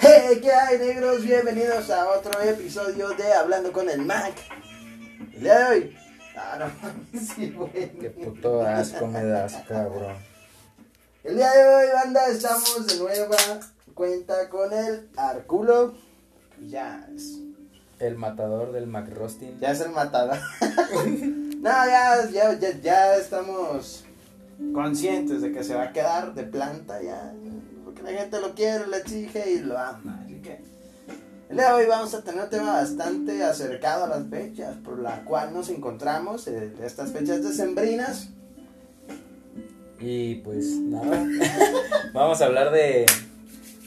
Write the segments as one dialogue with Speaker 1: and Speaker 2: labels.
Speaker 1: Hey, ¿qué hay, negros? Bienvenidos a otro episodio de Hablando con el Mac. Le doy. Ah, no, sí, güey.
Speaker 2: Qué puto asco me das, cabrón.
Speaker 1: El día de hoy, banda, estamos de nueva cuenta con el Arculo. Pues Ya es,
Speaker 2: El matador del McRostin.
Speaker 1: ya es el matador. no, ya, ya, ya, ya estamos conscientes de que se va a quedar de planta ya. Porque la gente lo quiere, lo exige y lo ama. Así que el día de hoy vamos a tener un tema bastante acercado a las fechas por la cual nos encontramos, eh, estas fechas decembrinas.
Speaker 2: Y pues nada. Vamos a hablar de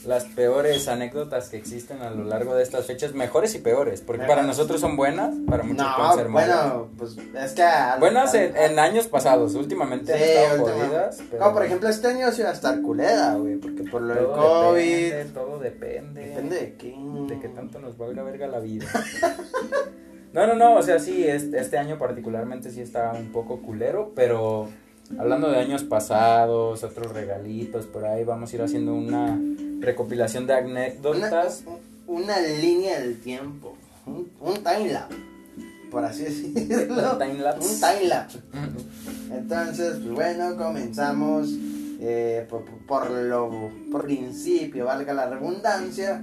Speaker 2: las peores anécdotas que existen a lo largo de estas fechas, mejores y peores, porque para nosotros son buenas, para muchos pueden ser
Speaker 1: No,
Speaker 2: malas.
Speaker 1: bueno, pues es que... a-
Speaker 2: Buenas
Speaker 1: a-
Speaker 2: en, en años pasados, últimamente
Speaker 1: Sí,
Speaker 2: han estado
Speaker 1: ahorita no.
Speaker 2: jodidas. pero
Speaker 1: No, por ejemplo, este año se iba a estar culera, güey, porque por lo del
Speaker 2: todo
Speaker 1: COVID.
Speaker 2: depende, todo depende.
Speaker 1: Depende de qué.
Speaker 2: de que tanto nos valga verga la vida. No, no, no, o sea, sí, este, este año particularmente sí está un poco culero, pero hablando de años pasados, otros regalitos, por ahí vamos a ir haciendo una recopilación de
Speaker 1: Una,
Speaker 2: anécdotas.
Speaker 1: una línea del tiempo. Un, un timelapse. Por así decirlo.
Speaker 2: Un timelapse.
Speaker 1: Un timelapse. Entonces, pues bueno, comenzamos eh, por, por- por lo por principio, valga la redundancia.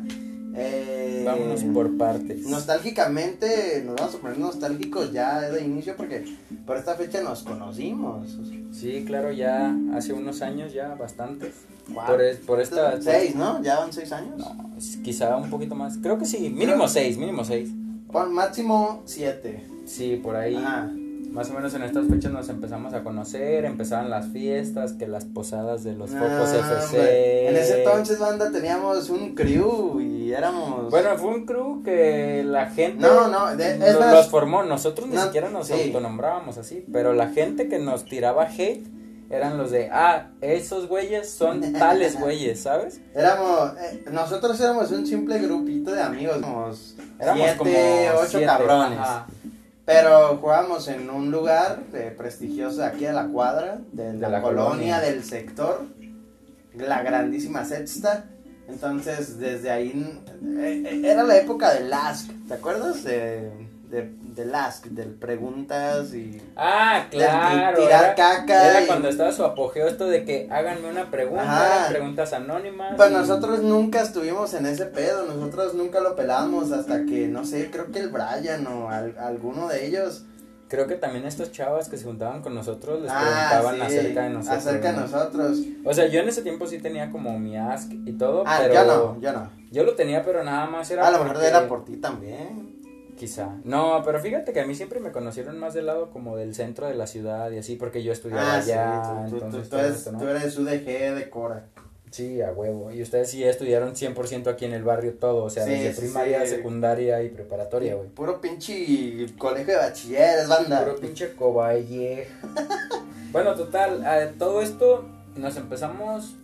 Speaker 1: Eh,
Speaker 2: Vámonos por partes.
Speaker 1: Nostálgicamente, nos vamos a poner nostálgicos ya desde el inicio porque por esta fecha nos conocimos. o sea,
Speaker 2: Sí, claro, ya hace unos años, ya bastantes.
Speaker 1: Cuatro,
Speaker 2: Por, es- por esta...
Speaker 1: Seis, ¿no? ¿Ya van seis años?
Speaker 2: No, es- quizá un poquito más. Creo que sí, mínimo
Speaker 1: Creo-
Speaker 2: seis, mínimo seis.
Speaker 1: Pon máximo siete.
Speaker 2: Sí, por ahí.
Speaker 1: Ajá.
Speaker 2: Más o menos en estas fechas nos empezamos a conocer, empezaban las fiestas, que las posadas de los
Speaker 1: No,
Speaker 2: focos FC.
Speaker 1: Ah, hombre. En ese entonces, banda, teníamos un crew y éramos...
Speaker 2: Bueno, fue un crew que la gente
Speaker 1: No, no, de- es
Speaker 2: nos
Speaker 1: más-
Speaker 2: los formó. Nosotros ni
Speaker 1: no,
Speaker 2: siquiera nos
Speaker 1: sí.
Speaker 2: autonombrábamos así, pero la gente que nos tiraba hate eran los de, ah, esos güeyes son tales güeyes, ¿sabes?
Speaker 1: Éramos... eh, nosotros éramos un simple grupito de amigos. Éramos,
Speaker 2: Éramos
Speaker 1: siete,
Speaker 2: como
Speaker 1: ocho
Speaker 2: siete,
Speaker 1: cabrones.
Speaker 2: ajá.
Speaker 1: Pero jugábamos en un lugar eh, prestigioso de aquí de la cuadra, de, la,
Speaker 2: la
Speaker 1: colonia,
Speaker 2: colonia.
Speaker 1: del sector, la grandísima sexta. Entonces, desde ahí eh, eh, era la época del ask, ¿te acuerdas? De, de, del ask, del preguntas y
Speaker 2: Ah, claro.
Speaker 1: tirar
Speaker 2: era-
Speaker 1: caca
Speaker 2: Era
Speaker 1: y-
Speaker 2: cuando estaba su apogeo esto de que háganme una pregunta,
Speaker 1: Ajá.
Speaker 2: eran preguntas anónimas.
Speaker 1: Pues
Speaker 2: y-
Speaker 1: nosotros nunca estuvimos en ese pedo, nosotros nunca lo pelábamos hasta que, no sé, creo que el Brian o al- alguno de ellos.
Speaker 2: Creo que también estas chavas que se juntaban con nosotros les
Speaker 1: Ah,
Speaker 2: preguntaban
Speaker 1: sí,
Speaker 2: acerca de nosotros.
Speaker 1: Acerca de
Speaker 2: ¿no?
Speaker 1: nosotros.
Speaker 2: O sea, yo en ese tiempo sí tenía como mi ask y todo,
Speaker 1: Ah,
Speaker 2: pero
Speaker 1: yo no, yo no.
Speaker 2: yo lo tenía, pero nada más era
Speaker 1: a lo mejor
Speaker 2: porque-
Speaker 1: era por ti también.
Speaker 2: quizá. No, pero fíjate que a mí siempre me conocieron más del lado como del centro de la ciudad y así porque yo estudiaba
Speaker 1: Ah,
Speaker 2: allá,
Speaker 1: sí, tú- tú, tú,
Speaker 2: entonces
Speaker 1: tú
Speaker 2: todo
Speaker 1: eres,
Speaker 2: esto, ¿no?
Speaker 1: tú eres UDG de Cora.
Speaker 2: Sí, a huevo. Y ustedes sí estudiaron 100% aquí en el barrio todo, o sea,
Speaker 1: Sí,
Speaker 2: desde
Speaker 1: sí,
Speaker 2: primaria,
Speaker 1: sí.
Speaker 2: secundaria y preparatoria, güey.
Speaker 1: Puro pinche colegio de bachilleres, banda.
Speaker 2: Puro pinche cobaye. bueno, total, a todo esto nos empezamos.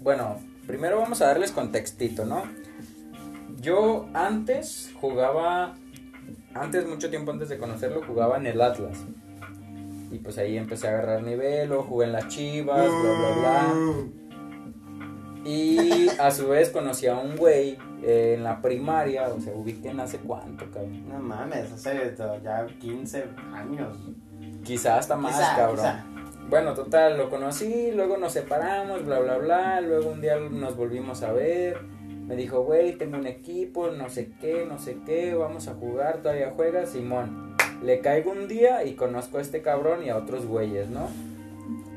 Speaker 2: Bueno, primero vamos a darles contextito, ¿no? Yo antes jugaba. Antes, mucho tiempo antes de conocerlo, jugaba en el Atlas. Y pues ahí empecé a agarrar nivel, o jugué en las chivas, bla, bla, bla. Y a su vez conocí a un güey eh, en la primaria, o sea, ubiquen hace cuánto, cabrón.
Speaker 1: No mames, hace to- ya 15 años.
Speaker 2: Quizá hasta más,
Speaker 1: Quizá,
Speaker 2: cabrón.
Speaker 1: quizá.
Speaker 2: Bueno, total, lo conocí, luego nos separamos, bla, bla, bla, luego un día nos volvimos a ver, me dijo, güey, tengo un equipo, no sé qué, no sé qué, vamos a jugar, todavía juega, Simón, le caigo un día y conozco a este cabrón y a otros güeyes, ¿no?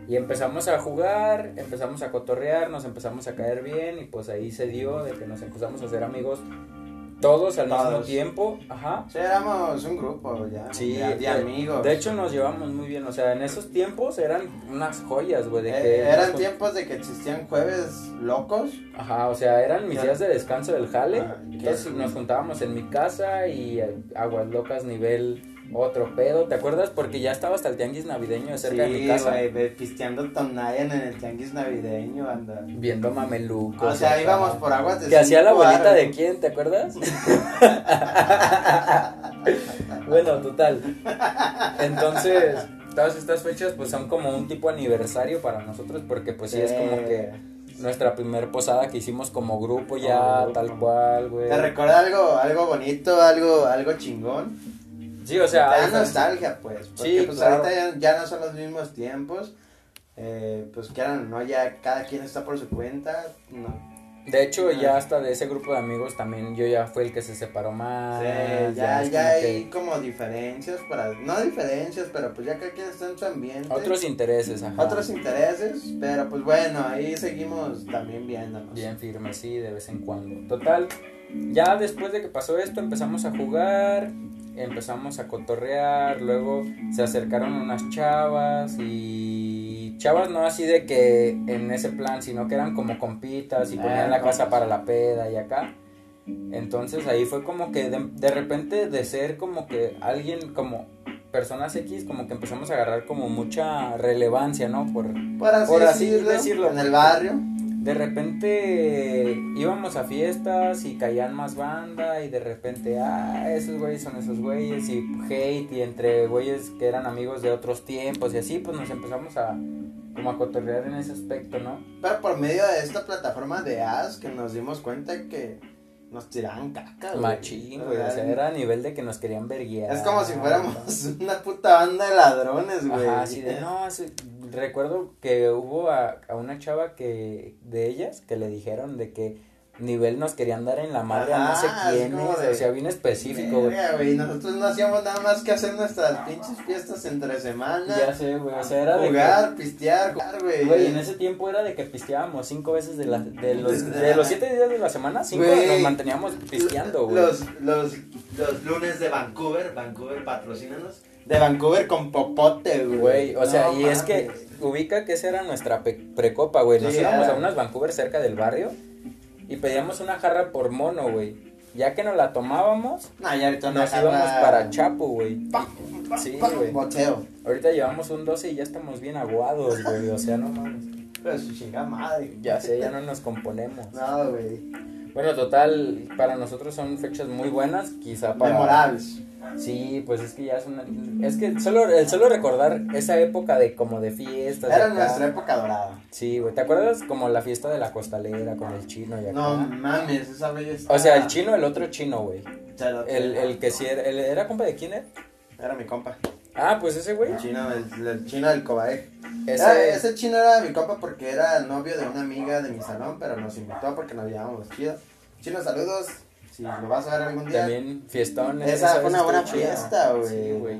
Speaker 2: Y empezamos a jugar, empezamos a cotorrear, nos empezamos a caer bien y pues ahí se dio de que nos empezamos a hacer amigos todos al mismo
Speaker 1: Todos.
Speaker 2: tiempo, ajá.
Speaker 1: Sí, éramos un grupo ya.
Speaker 2: Sí,
Speaker 1: ya, de,
Speaker 2: de-
Speaker 1: amigos.
Speaker 2: De hecho, nos llevamos muy bien. O sea, en esos tiempos eran unas joyas, güey. De
Speaker 1: Eh,
Speaker 2: que
Speaker 1: eran
Speaker 2: nos-
Speaker 1: tiempos de que existían jueves locos.
Speaker 2: Ajá, o sea, eran mis
Speaker 1: Ya.
Speaker 2: días de descanso del jale.
Speaker 1: Ah,
Speaker 2: Entonces
Speaker 1: qué-
Speaker 2: nos juntábamos en mi casa y eh, aguas locas nivel otro pedo. ¿Te acuerdas? Porque ya estaba hasta el tianguis navideño cerca de mi casa.
Speaker 1: güey, ve- pisteando Tonayan en el tianguis navideño, banda.
Speaker 2: Viendo
Speaker 1: O
Speaker 2: mamelucos.
Speaker 1: sea,
Speaker 2: acá.
Speaker 1: íbamos por aguas de
Speaker 2: Que hacía la
Speaker 1: cinco
Speaker 2: abuelita
Speaker 1: varos.
Speaker 2: de quién, ¿te acuerdas? bueno, total. Entonces, todas estas fechas pues son como un tipo aniversario para nosotros porque pues sí es como que nuestra primer posada que hicimos como grupo ya
Speaker 3: Como grupo.
Speaker 2: tal cual, güey.
Speaker 1: Oh, ¿Te recuerda algo, algo bonito, algo, algo chingón?
Speaker 2: Sí, o sea,
Speaker 1: Te da
Speaker 2: ahorita-
Speaker 1: nostalgia, pues. Porque
Speaker 2: Ah, Sí,
Speaker 1: pues
Speaker 2: claro.
Speaker 1: ahorita ya, ya no son los mismos tiempos. Eh, pues quieran o no, ya cada quien está por su cuenta. No.
Speaker 2: de hecho ya hasta de ese grupo de amigos también yo ya fue el que se separó más.
Speaker 1: Sí, ya,
Speaker 2: Ah, es
Speaker 1: ya
Speaker 2: como que-
Speaker 1: hay como diferencias para, no diferencias, pero pues ya cada quien está en su ambiente.
Speaker 2: Otros intereses, ajá.
Speaker 1: otros intereses, pero pues bueno, ahí seguimos también viéndonos.
Speaker 2: Bien firme, sí, de vez en cuando. Total, ya después de que pasó esto empezamos a jugar, empezamos a cotorrear, luego se acercaron unas chavas y chavas no así de que en ese plan, sino que eran como compitas y ponían
Speaker 1: Ah,
Speaker 2: la
Speaker 1: no,
Speaker 2: casa
Speaker 1: pues.
Speaker 2: para la peda y acá. Entonces ahí fue como que de, de repente de ser como que alguien como personas X como que empezamos a agarrar como mucha relevancia, ¿no? Por
Speaker 1: Por así,
Speaker 2: Por así
Speaker 1: decirlo,
Speaker 2: decirlo.
Speaker 1: en el barrio.
Speaker 2: de repente íbamos a fiestas y caían más banda y de repente, ah, esos güeyes son esos güeyes y hate y entre güeyes que eran amigos de otros tiempos y así pues nos empezamos a como a cotorrear en ese aspecto, ¿no?
Speaker 1: Pero por medio de esta plataforma de ads que nos dimos cuenta que nos tiraban caca, güey.
Speaker 2: Machín, güey,
Speaker 1: O sea,
Speaker 2: o sea, era a nivel de que nos querían verguiar.
Speaker 1: Es como si fuéramos una puta banda de ladrones, güey.
Speaker 2: Ajá, así de, no, sí, recuerdo que hubo a, a una chava que, de ellas, que le dijeron de que nivel nos querían dar en la madre a no sé
Speaker 1: Ajá, es como
Speaker 2: quiénes,
Speaker 1: de-
Speaker 2: o sea, bien específico, güey.
Speaker 1: Verga, güey. Nosotros no hacíamos nada más que hacer nuestras pinches fiestas entre semana.
Speaker 2: Ya sé, güey, o sea, era de
Speaker 1: jugar, pistear,
Speaker 2: que,
Speaker 1: güey.
Speaker 2: güey, en ese tiempo era de que pisteábamos cinco veces de, la, de, los, de los siete días de la semana, cinco
Speaker 1: Güey.
Speaker 2: nos manteníamos pisteando, güey.
Speaker 1: Los, los, los lunes de Vancouver, Vancouver patrocínanos. De Vancouver con popote, güey.
Speaker 2: Güey, o sea,
Speaker 1: No
Speaker 2: y es que
Speaker 1: mames.
Speaker 2: ubica que esa era nuestra pe- precopa, güey. Nos
Speaker 1: Sí,
Speaker 2: íbamos
Speaker 1: era.
Speaker 2: a unas Vancouver cerca del barrio y pedíamos una jarra por mono, güey. Ya que nos la tomábamos,
Speaker 1: No, ya ahorita una
Speaker 2: nos
Speaker 1: jarra-
Speaker 2: íbamos para Chapo, güey. Sí,
Speaker 1: pa,
Speaker 2: güey.
Speaker 1: Boteo.
Speaker 2: Ahorita llevamos un 12 y ya estamos bien aguados, güey. O sea, no mames.
Speaker 1: Pero su chinga madre.
Speaker 2: Ya sé, ya no nos componemos.
Speaker 1: No, güey.
Speaker 2: Bueno, total, para nosotros son fechas muy buenas, quizá para...
Speaker 1: Memorables.
Speaker 2: Sí, pues es que ya es una... Es que solo, el solo recordar esa época de como de fiestas... de
Speaker 1: Era
Speaker 2: acá.
Speaker 1: nuestra época dorada.
Speaker 2: Sí, güey, ¿te acuerdas como la fiesta de la costalera con el chino y acá?
Speaker 1: No mames, esa bella está-
Speaker 2: O sea, el chino, el otro chino, güey.
Speaker 1: Ya lo-
Speaker 2: El, el que sí era... el- ¿Era compa de quién era?
Speaker 1: Era mi compa.
Speaker 2: Ah, pues ese güey.
Speaker 1: El chino, el, el chino del cobae.
Speaker 2: Ese,
Speaker 1: Era- Ah, ese chino era mi compa porque era novio de una amiga de mi salón, pero nos invitó porque nos llevábamos chido. Chino, saludos. Si lo vas a ver algún día.
Speaker 2: también fiestón.
Speaker 1: Esa
Speaker 2: vez
Speaker 1: fue una buena
Speaker 2: estuvo chida.
Speaker 1: fiesta, güey.
Speaker 2: Sí, güey.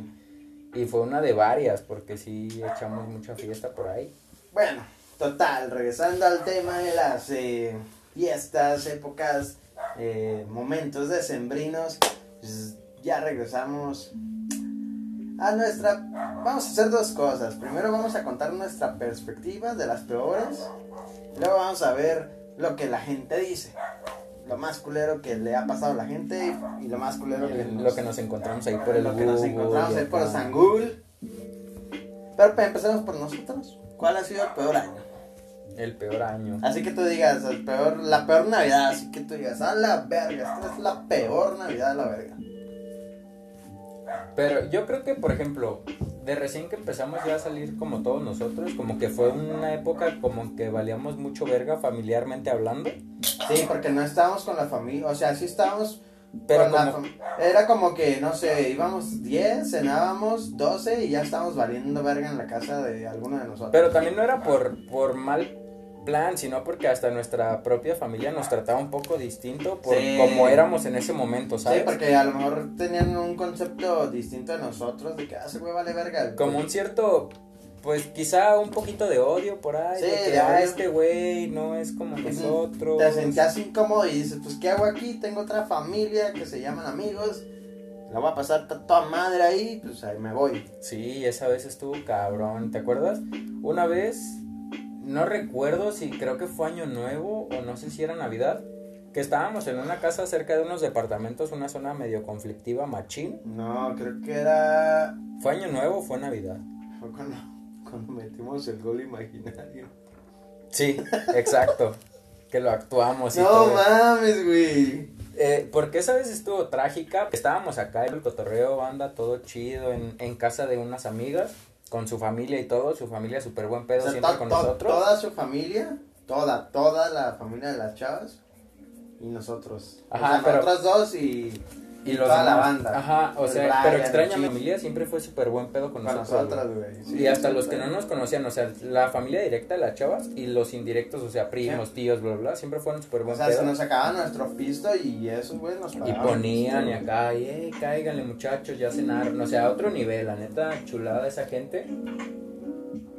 Speaker 2: Y fue una de varias, porque sí echamos mucha fiesta por ahí.
Speaker 1: Bueno, total, regresando al tema de las eh, fiestas, épocas, eh, momentos decembrinos, pues, ya regresamos a nuestra... Vamos a hacer dos cosas. Primero vamos a contar nuestra perspectiva de las peores. Luego vamos a ver lo que la gente dice. Lo más culero que le ha pasado a la gente y lo más culero que
Speaker 2: Lo que nos encontramos ahí por el
Speaker 1: lo que nos
Speaker 2: Google
Speaker 1: encontramos
Speaker 2: y
Speaker 1: ahí por
Speaker 2: acá.
Speaker 1: San Google. Pero pues, empecemos por nosotros. ¿Cuál ha sido el peor año?
Speaker 2: El peor año.
Speaker 1: Así que tú digas, el peor, la peor Navidad. Así que tú digas, a la verga, esta es la peor Navidad de la verga.
Speaker 2: Pero yo creo que, por ejemplo, de recién que empezamos ya a salir como todos nosotros, como que fue una época como que valíamos mucho verga familiarmente hablando.
Speaker 1: Sí, porque no estábamos con la familia. O sea, sí estábamos.
Speaker 2: Pero
Speaker 1: con la
Speaker 2: como,
Speaker 1: fam- Era como que, no sé, íbamos 10, cenábamos 12 y ya estábamos valiendo verga en la casa de alguno de nosotros.
Speaker 2: pero también no era por, por mal plan, sino porque hasta nuestra propia familia nos trataba un poco distinto por
Speaker 1: Sí.
Speaker 2: como éramos en ese momento,
Speaker 1: Sí,
Speaker 2: ¿sabes?
Speaker 1: porque a lo mejor tenían un concepto distinto de nosotros de que, ah, ese güey vale verga.
Speaker 2: como un cierto, pues quizá un poquito de odio por ahí,
Speaker 1: Sí,
Speaker 2: de que,
Speaker 1: de
Speaker 2: "Ah,
Speaker 1: odio".
Speaker 2: este güey no es como nosotros.
Speaker 1: Te sentías incómodo y dices, pues, ¿qué hago aquí? Tengo otra familia que se llaman amigos. La voy a pasar ta- toda madre ahí, pues ahí me voy.
Speaker 2: Sí, esa vez estuvo cabrón, ¿te acuerdas? Una vez, no recuerdo si creo que fue Año Nuevo o no sé si era Navidad, que estábamos en una casa cerca de unos departamentos, una zona medio conflictiva, machín.
Speaker 1: No, creo que era...
Speaker 2: ¿Fue Año Nuevo o fue Navidad?
Speaker 1: Fue cuando, cuando metimos el gol imaginario.
Speaker 2: Sí, exacto. que lo actuamos y
Speaker 1: no
Speaker 2: todo.
Speaker 1: mames, güey.
Speaker 2: Eh, porque esa vez estuvo trágica. Estábamos acá en el cotorreo, banda, todo chido, en, en casa de unas amigas, con su familia y todo. Su familia súper buen
Speaker 1: O
Speaker 2: pedo
Speaker 1: sea,
Speaker 2: siempre
Speaker 1: to-
Speaker 2: con
Speaker 1: to-
Speaker 2: nosotros.
Speaker 1: Toda su familia Toda, toda la familia de las chavas y nosotros.
Speaker 2: Ajá,
Speaker 1: o sea,
Speaker 2: pero-
Speaker 1: nosotros dos y,
Speaker 2: Y
Speaker 1: y
Speaker 2: los
Speaker 1: toda la
Speaker 2: demás.
Speaker 1: banda.
Speaker 2: Ajá, o
Speaker 1: El
Speaker 2: sea,
Speaker 1: Brian,
Speaker 2: pero
Speaker 1: el
Speaker 2: extraña, mi
Speaker 1: Chico.
Speaker 2: familia siempre fue súper buen pedo con
Speaker 1: Con
Speaker 2: nosotros.
Speaker 1: nosotras,
Speaker 2: güey.
Speaker 1: güey.
Speaker 2: y hasta los que no
Speaker 1: siempre.
Speaker 2: nos conocían, o sea, la familia directa de las chavas y los indirectos, o sea, primos, tíos, bla, bla, siempre fueron súper
Speaker 1: O
Speaker 2: buen
Speaker 1: sea,
Speaker 2: pedo.
Speaker 1: Pues se nos acababa nuestro pisto y eso, güey, nos
Speaker 2: Y
Speaker 1: pagaban.
Speaker 2: ponían y acá, y "Ey, cáiganle muchachos, ya cenaron. O sea, a otro nivel, la neta, chulada esa gente.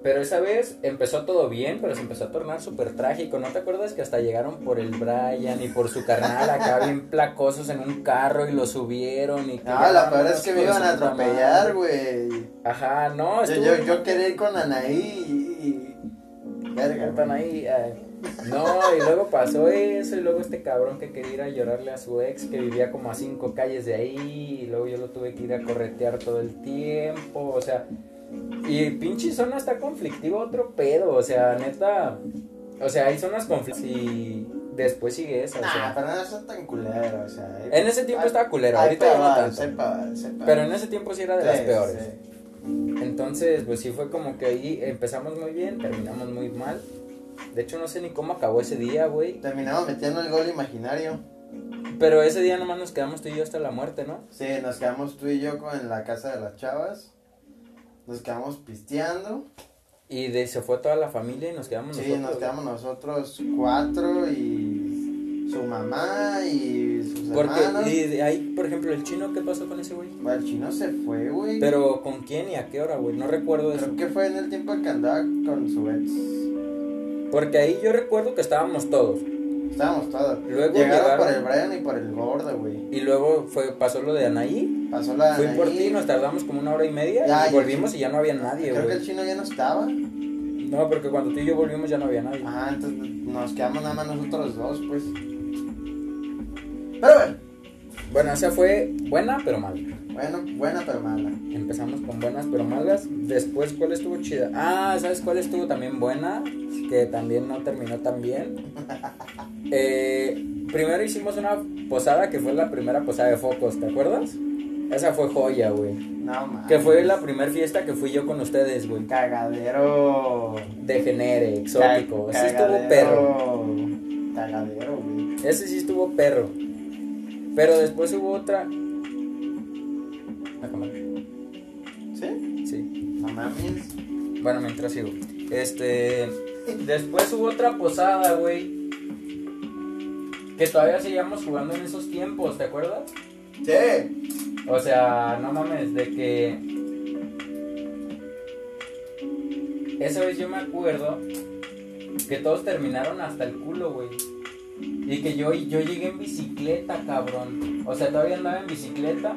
Speaker 2: Pero esa vez empezó todo bien, pero se empezó a tornar súper trágico. ¿No te acuerdas que hasta llegaron por el Brian y por su carnal acá bien placosos en un carro y lo subieron? Y que
Speaker 1: No, Ah, la
Speaker 2: ya,
Speaker 1: peor es
Speaker 2: vámonos
Speaker 1: que me
Speaker 2: con
Speaker 1: iban
Speaker 2: su
Speaker 1: a
Speaker 2: puta madre.
Speaker 1: atropellar, güey.
Speaker 2: Ajá, no,
Speaker 1: Yo,
Speaker 2: estuvo
Speaker 1: yo, yo quería ir con Anaí y- y... Verga,
Speaker 2: Están
Speaker 1: güey.
Speaker 2: ahí, ay. No, y luego pasó eso, y luego este cabrón que quería ir a llorarle a su ex que vivía como a cinco calles de ahí, y luego yo lo tuve que ir a corretear todo el tiempo, o sea, y pinche zona está conflictiva otro pedo, o sea, neta, o sea, hay zonas conflictivas y después sigue esa, o
Speaker 1: Nah,
Speaker 2: sea.
Speaker 1: pero no son tan culero, o sea... eh.
Speaker 2: En ese tiempo estaba culero,
Speaker 1: Ah. Ay,
Speaker 2: ahorita ya no
Speaker 1: pavada,
Speaker 2: tanto,
Speaker 1: sepa, sepa.
Speaker 2: pero en ese tiempo sí era de las
Speaker 1: Sí,
Speaker 2: peores.
Speaker 1: sí.
Speaker 2: Entonces, pues sí fue como que ahí empezamos muy bien, terminamos muy mal. De hecho, no sé ni cómo acabó ese día, güey.
Speaker 1: Terminamos metiendo el gol imaginario.
Speaker 2: Pero ese día nomás nos quedamos tú y yo hasta la muerte, ¿no?
Speaker 1: Sí, nos quedamos tú y yo con- en la casa de las chavas. Nos quedamos pisteando.
Speaker 2: Y de, se fue toda la familia y nos quedamos
Speaker 1: Sí,
Speaker 2: nosotros.
Speaker 1: nos quedamos nosotros cuatro y su mamá y sus hermanos.
Speaker 2: Porque, y de ahí, por ejemplo, el chino, ¿qué pasó con ese güey?
Speaker 1: Bueno, el chino se fue, güey.
Speaker 2: Pero, pues, ¿con quién y a qué hora, güey? No recuerdo eso.
Speaker 1: Creo que fue en el tiempo que andaba con su ex.
Speaker 2: Porque ahí yo recuerdo que estábamos todos.
Speaker 1: Estábamos todos.
Speaker 2: Luego
Speaker 1: Llegaron
Speaker 2: llegaron-
Speaker 1: por el Brian y por el gordo, güey.
Speaker 2: Y luego fue, pasó lo de Anaí.
Speaker 1: Pasó la.
Speaker 2: Fui por
Speaker 1: Anaí.
Speaker 2: ti, nos tardamos como una hora y media.
Speaker 1: Ya,
Speaker 2: y
Speaker 1: y-
Speaker 2: volvimos y ya no había nadie,
Speaker 1: Creo que el
Speaker 2: güey.
Speaker 1: chino ya no estaba.
Speaker 2: No, porque cuando tú y yo volvimos ya no había nadie.
Speaker 1: Ajá, entonces nos quedamos nada más nosotros dos, pues. Pero bueno,
Speaker 2: Bueno, esa fue buena, pero mala.
Speaker 1: bueno, buena pero mala.
Speaker 2: Empezamos con buenas pero malas. Después, ¿cuál estuvo chida? Ah, ¿sabes cuál estuvo también buena? Que también no terminó tan bien. Eh, primero hicimos una posada que fue la primera posada de focos, ¿te acuerdas? Esa fue joya, güey.
Speaker 1: No mames.
Speaker 2: Que fue la primera fiesta que fui yo con ustedes, güey.
Speaker 1: Cagadero.
Speaker 2: Degenere, exótico.
Speaker 1: Ca-
Speaker 2: Ese estuvo perro.
Speaker 1: cagadero. Cagadero, güey.
Speaker 2: Ese sí estuvo perro. Pero después hubo otra. La cámara.
Speaker 1: ¿Sí?
Speaker 2: Sí.
Speaker 1: No mames.
Speaker 2: Bueno, mientras sigo. Este. Después hubo otra posada, güey. Que todavía seguíamos jugando en esos tiempos, ¿te acuerdas?
Speaker 1: Sí.
Speaker 2: O sea, no mames, de que. Esa vez yo me acuerdo que todos terminaron hasta el culo, güey. Y que yo, yo llegué en bicicleta, cabrón. O sea, todavía andaba en bicicleta.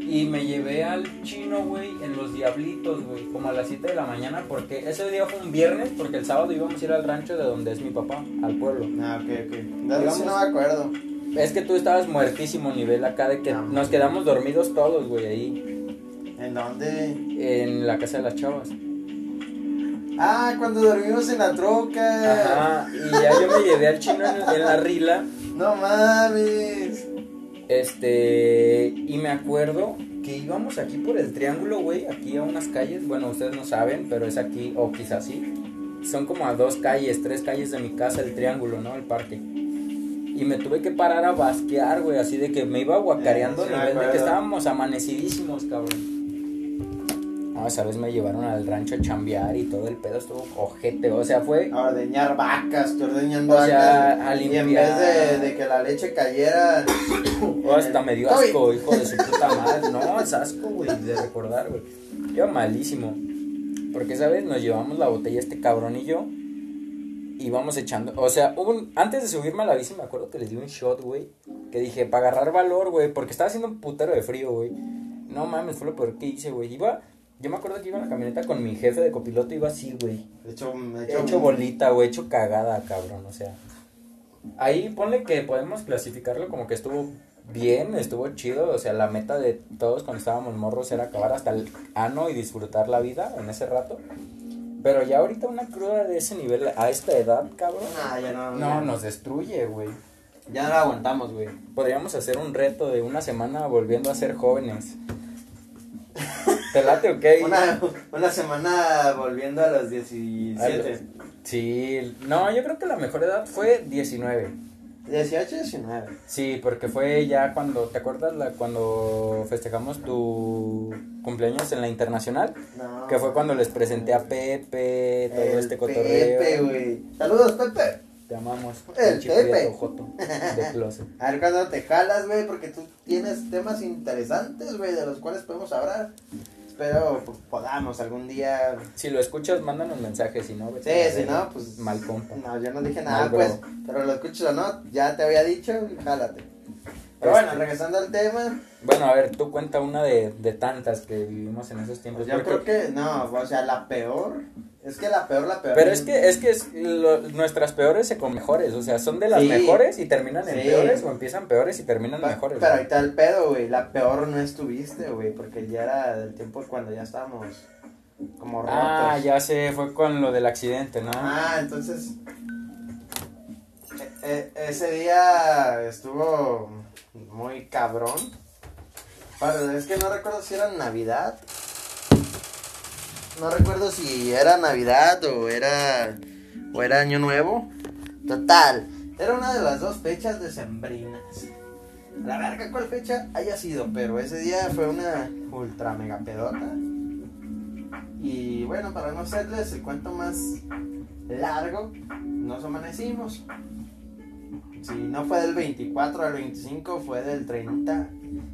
Speaker 2: Y me llevé al chino, güey, en los diablitos, güey, como a las 7 de la mañana. Porque ese día fue un viernes, porque el sábado íbamos a ir al rancho de donde es mi papá, al pueblo.
Speaker 1: No, ok, ok. No, no,
Speaker 2: Digamos-
Speaker 1: sí, no me acuerdo.
Speaker 2: Es que tú estabas muertísimo nivel acá de que
Speaker 1: Ah.
Speaker 2: nos quedamos dormidos todos, güey, ahí.
Speaker 1: ¿En dónde?
Speaker 2: En la casa de las chavas.
Speaker 1: Ah, cuando dormimos en la troca.
Speaker 2: Ajá. Y ya yo me llevé al chino en, en la rila.
Speaker 1: No mames.
Speaker 2: Este. Y me acuerdo que íbamos aquí por el triángulo, güey. Aquí a unas calles. Bueno, ustedes no saben, pero es aquí, o quizás sí. Son como a dos calles, tres calles de mi casa, el triángulo, ¿no? El parque. Y me tuve que parar a basquear, güey. Así de que me iba guacareando
Speaker 1: Eh, sí me
Speaker 2: nivel de que
Speaker 1: acuerdo.
Speaker 2: estábamos amanecidisimos, cabrón. Ah, esa vez me llevaron al rancho a chambear y todo el pedo estuvo ojete. O sea, fue
Speaker 1: A ordeñar vacas, que ordeñando
Speaker 2: O sea,
Speaker 1: vacas.
Speaker 2: a
Speaker 1: Y en
Speaker 2: limpiar.
Speaker 1: vez de, de que la leche cayera.
Speaker 2: Oh, hasta me dio
Speaker 1: Ay.
Speaker 2: asco, hijo de su puta madre. No, es asco, güey, de recordar, güey. Yo malísimo. Porque, ¿sabes? Nos llevamos la botella este cabrón y yo. Y vamos echando. O sea, hubo un- antes de subirme a la bici, me acuerdo que les di un shot, güey. Que dije, para agarrar valor, güey. Porque estaba haciendo un putero de frío, güey. No mames, fue lo peor que hice, güey. Iba. Yo me acuerdo que iba en la camioneta con mi jefe de copiloto, iba así, güey.
Speaker 1: De hecho, me
Speaker 2: Hecho, bolita, güey, hecho cagada, cabrón, o sea. Ahí ponle que podemos clasificarlo como que estuvo bien, estuvo chido, o sea, la meta de todos cuando estábamos morros era acabar hasta el ano y disfrutar la vida en ese rato. Pero ya ahorita una cruda de ese nivel a esta edad, cabrón,
Speaker 1: Ah, ya no.
Speaker 2: no nos destruye, güey.
Speaker 1: Ya no la aguantamos, güey.
Speaker 2: Podríamos hacer un reto de una semana volviendo a ser jóvenes. ¿Te late o qué?
Speaker 1: Una, una semana volviendo a los 17.
Speaker 2: A los- Sí, no, yo creo que la mejor edad fue 19.
Speaker 1: 18, 19.
Speaker 2: Sí, porque fue ya cuando, ¿te acuerdas? La, cuando festejamos tu cumpleaños en la internacional,
Speaker 1: No.
Speaker 2: que fue cuando les presenté a Pepe, todo
Speaker 1: El
Speaker 2: este cotorreo.
Speaker 1: Pepe, güey. Saludos, Pepe.
Speaker 2: Te amamos.
Speaker 1: El
Speaker 2: pinche
Speaker 1: Pepe.
Speaker 2: prieto joto de closet.
Speaker 1: A ver cuándo te jalas, güey, porque tú tienes temas interesantes, güey, de los cuales podemos hablar. Espero po- podamos algún día.
Speaker 2: Si lo escuchas, mándanos mensajes, si no,
Speaker 1: Sí,
Speaker 2: vete a la
Speaker 1: si
Speaker 2: verga.
Speaker 1: no, pues.
Speaker 2: Mal compa.
Speaker 1: No, yo no dije nada,
Speaker 2: Mal bro.
Speaker 1: pues. Pero lo escuchas o no, ya te había dicho, jálate. Pero
Speaker 2: Este-
Speaker 1: bueno, regresando al tema,
Speaker 2: Bueno, a ver, tú cuenta una de, de tantas que vivimos en esos tiempos.
Speaker 1: pues yo creo
Speaker 2: porque-
Speaker 1: que. No, o sea, la peor. Es que la peor, la peor.
Speaker 2: Pero es que, es que es- lo- nuestras peores se con mejores, o sea, son de las
Speaker 1: Sí.
Speaker 2: mejores y terminan en
Speaker 1: Sí.
Speaker 2: peores o empiezan peores y terminan
Speaker 1: Pa-
Speaker 2: mejores. ¿eh?
Speaker 1: Pero
Speaker 2: güey.
Speaker 1: ahí está el pedo, güey. La peor no estuviste, güey, porque ya era del tiempo cuando ya estábamos como rotos.
Speaker 2: Ah, ya sé, fue con lo del accidente, ¿no?
Speaker 1: Ah, entonces. e- e- ese día estuvo muy cabrón. Bueno, es que no recuerdo si era Navidad. No recuerdo si era Navidad o era. o era Año Nuevo. Total. Era una de las dos fechas decembrinas. A La verga cuál fecha haya sido, pero ese día fue una ultra mega pedota. Y bueno, para no hacerles el cuento más largo, nos amanecimos. Si no fue del 24 al 25, fue del 30,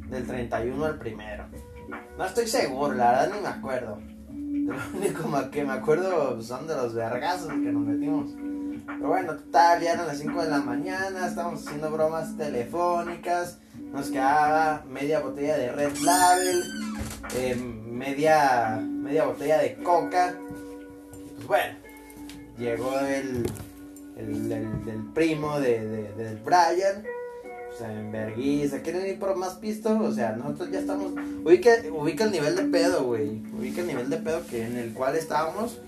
Speaker 1: del 31 al primero. No estoy seguro, la verdad ni me acuerdo. De Lo único ma- que me acuerdo son de los vergazos que nos metimos. Pero bueno, total, ya eran las 5 de la mañana, estábamos haciendo bromas telefónicas, nos quedaba media botella de Red Label, eh, media, media botella de coca. Pues bueno, llegó el, el, el- el primo de, de- del Brian. O sea, en vergüenza, ¿quieren ir por más pisto? O sea, nosotros ya estamos. Ubica, ubica el nivel de pedo, güey. Ubica el nivel de pedo que en el cual estábamos,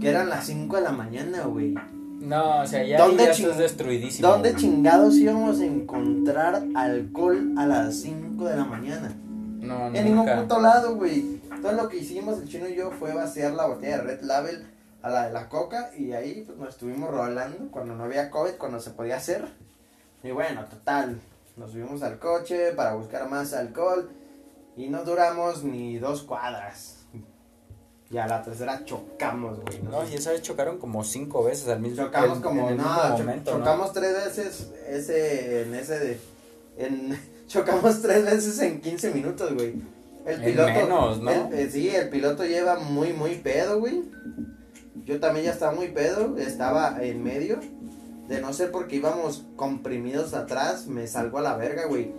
Speaker 1: que eran las 5 de la mañana, güey.
Speaker 2: No, o sea, ya,
Speaker 1: ¿Dónde
Speaker 2: ya
Speaker 1: ching-
Speaker 2: estás destruidísimo.
Speaker 1: ¿Dónde
Speaker 2: güey.
Speaker 1: chingados íbamos a encontrar alcohol a las 5 de la mañana?
Speaker 2: No,
Speaker 1: En ningún
Speaker 2: nunca.
Speaker 1: punto lado, güey. Todo lo que hicimos, el chino y yo, fue vaciar la botella de Red Label a la de la coca y ahí pues, nos estuvimos rolando cuando no había COVID, cuando se podía hacer. Y bueno, total, nos subimos al coche para buscar más alcohol y no duramos ni dos cuadras. Y a la tercera chocamos, güey. ¿no?
Speaker 2: No, y esa vez chocaron como cinco veces al mismo
Speaker 1: Chocamos
Speaker 2: en-
Speaker 1: como,
Speaker 2: en el
Speaker 1: no,
Speaker 2: mismo
Speaker 1: cho-
Speaker 2: momento, ¿no?
Speaker 1: chocamos tres veces ese, en ese, de- en, chocamos tres veces en 15 minutos, güey. El
Speaker 2: En
Speaker 1: piloto,
Speaker 2: menos, ¿no?
Speaker 1: el- eh, sí, el piloto lleva muy, muy pedo, güey. Yo también ya estaba muy pedo, estaba en medio. De no ser porque íbamos comprimidos atrás, me salgo a la verga, güey.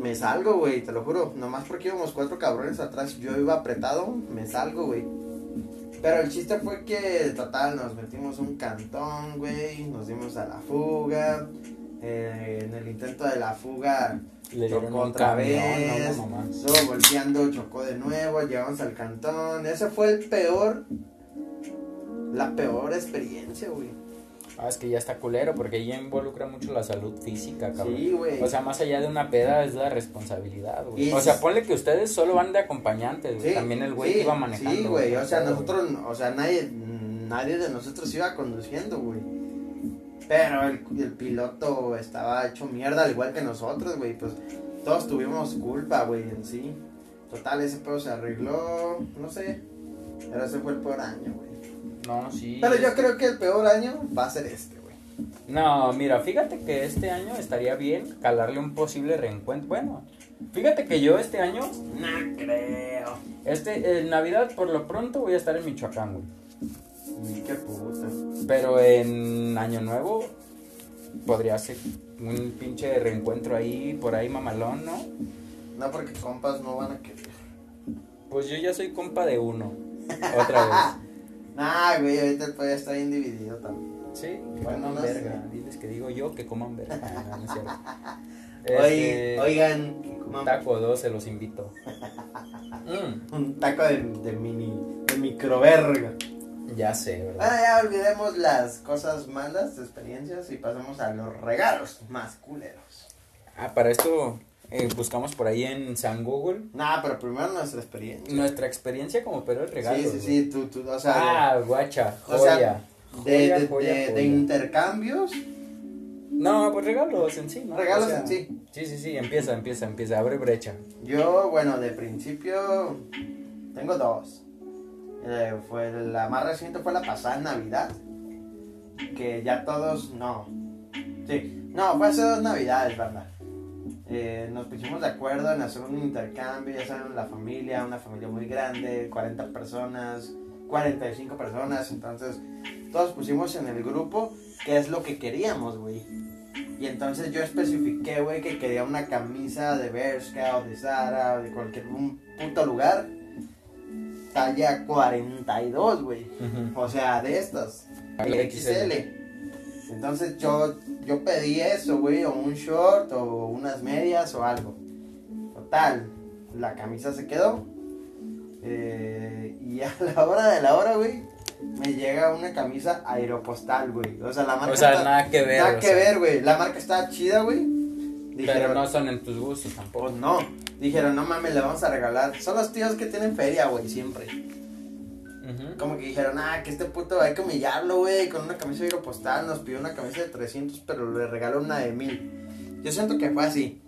Speaker 1: Me salgo, güey, te lo juro. Nomás porque íbamos cuatro cabrones atrás, yo iba apretado, me salgo, güey. Pero el chiste fue que, total, nos metimos un cantón, güey. Nos dimos a la fuga. Eh, en el intento de la fuga,
Speaker 2: Le dieron
Speaker 1: Chocó
Speaker 2: un
Speaker 1: otra
Speaker 2: camión, no,
Speaker 1: vez.
Speaker 2: no, mamá.
Speaker 1: Estuvo volteando, chocó de nuevo, llegamos al cantón. Ese fue el peor. La peor experiencia, güey.
Speaker 2: Ah, es que ya está culero, porque ya involucra mucho la salud física, cabrón.
Speaker 1: Sí, güey.
Speaker 2: O sea, más allá de una peda es la responsabilidad, güey.
Speaker 1: Y-
Speaker 2: O sea, ponle que ustedes solo van de acompañantes, güey.
Speaker 1: Sí,
Speaker 2: También el güey
Speaker 1: sí,
Speaker 2: que iba manejando.
Speaker 1: Sí, güey. O sea,
Speaker 2: Pero,
Speaker 1: nosotros, o sea, nadie, nadie de nosotros iba conduciendo, güey. Pero el, el piloto estaba hecho mierda, al igual que nosotros, güey. Pues todos tuvimos culpa, güey, en sí. Total, ese pedo se arregló, no sé. Pero ese fue el peor año, güey.
Speaker 2: No, sí.
Speaker 1: Pero yo creo que el peor año va a ser este, güey.
Speaker 2: No, mira, fíjate que este año estaría bien calarle un posible reencuentro. Bueno, fíjate que yo este año,
Speaker 1: No creo.
Speaker 2: este, en Navidad por lo pronto voy a estar en Michoacán, güey.
Speaker 1: Qué puta.
Speaker 2: Pero en Año Nuevo podría ser un pinche reencuentro ahí, por ahí mamalón, ¿no?
Speaker 1: No, porque compas no van a querer.
Speaker 2: Pues yo ya soy compa de uno. Otra vez.
Speaker 1: Nah, güey, ahorita el pollo está bien dividido también.
Speaker 2: Sí, que
Speaker 1: Bueno,
Speaker 2: coman
Speaker 1: no
Speaker 2: verga.
Speaker 1: sé.
Speaker 2: Diles que digo yo que coman verga. No, no es cierto.
Speaker 1: Oye,
Speaker 2: Este,
Speaker 1: oigan, que coman
Speaker 2: Taco 12 los invito. Mm,
Speaker 1: un taco de, de mini, de microverga.
Speaker 2: ya sé,
Speaker 1: Bueno,
Speaker 2: ¿verdad?
Speaker 1: ya olvidemos las cosas malas, experiencias, y pasemos a los regalos más culeros.
Speaker 2: Ah, para esto eh, buscamos por ahí en San Google
Speaker 1: Nah, pero primero nuestra experiencia.
Speaker 2: nuestra experiencia como peor regalo.
Speaker 1: sí, sí, sí, tú, tú, o sea,
Speaker 2: Ah, guacha,
Speaker 1: O
Speaker 2: joya.
Speaker 1: sea, de,
Speaker 2: Joya,
Speaker 1: de-
Speaker 2: joya,
Speaker 1: de- de
Speaker 2: joya.
Speaker 1: intercambios.
Speaker 2: No, pues regalos en sí, ¿no?
Speaker 1: Regalos en sí.
Speaker 2: Sí, sí, sí, empieza, empieza, empieza, abre brecha.
Speaker 1: Yo, bueno, de principio tengo dos. Eh, fue la más reciente fue la pasada Navidad. Que ya todos, no. Sí, no, fue hace dos Navidades, ¿verdad? Eh, nos pusimos de acuerdo en hacer un intercambio, ya saben, la familia, una familia muy grande, 40 personas, 45 personas, entonces todos pusimos en el grupo qué es lo que queríamos, güey. Y entonces yo especifiqué, güey, que quería una camisa de Bershka o de Zara o de cualquier un puto lugar. Talla 42, güey. O sea, de estas. XL. Entonces yo, yo pedí eso, güey, o un short o unas medias o algo. Total, la camisa se quedó. Eh, y a la hora de la hora, güey, me llega una camisa aeropostal, güey. O sea, la marca
Speaker 2: O sea,
Speaker 1: está-
Speaker 2: nada que ver.
Speaker 1: Nada
Speaker 2: o
Speaker 1: que
Speaker 2: sea,
Speaker 1: ver, güey. La marca está chida, güey.
Speaker 2: Pero
Speaker 1: Dijeron,
Speaker 2: no son en tus gustos tampoco.
Speaker 1: pues no. Dijeron, no mames, le vamos a regalar. Son los tíos que tienen feria, güey, siempre.
Speaker 2: Ujú.
Speaker 1: Como que dijeron, ah, que este puto hay que humillarlo, güey, con una camisa de postal. Nos pidió una camisa de 300, pero le regaló una de 1000. Yo siento que fue así.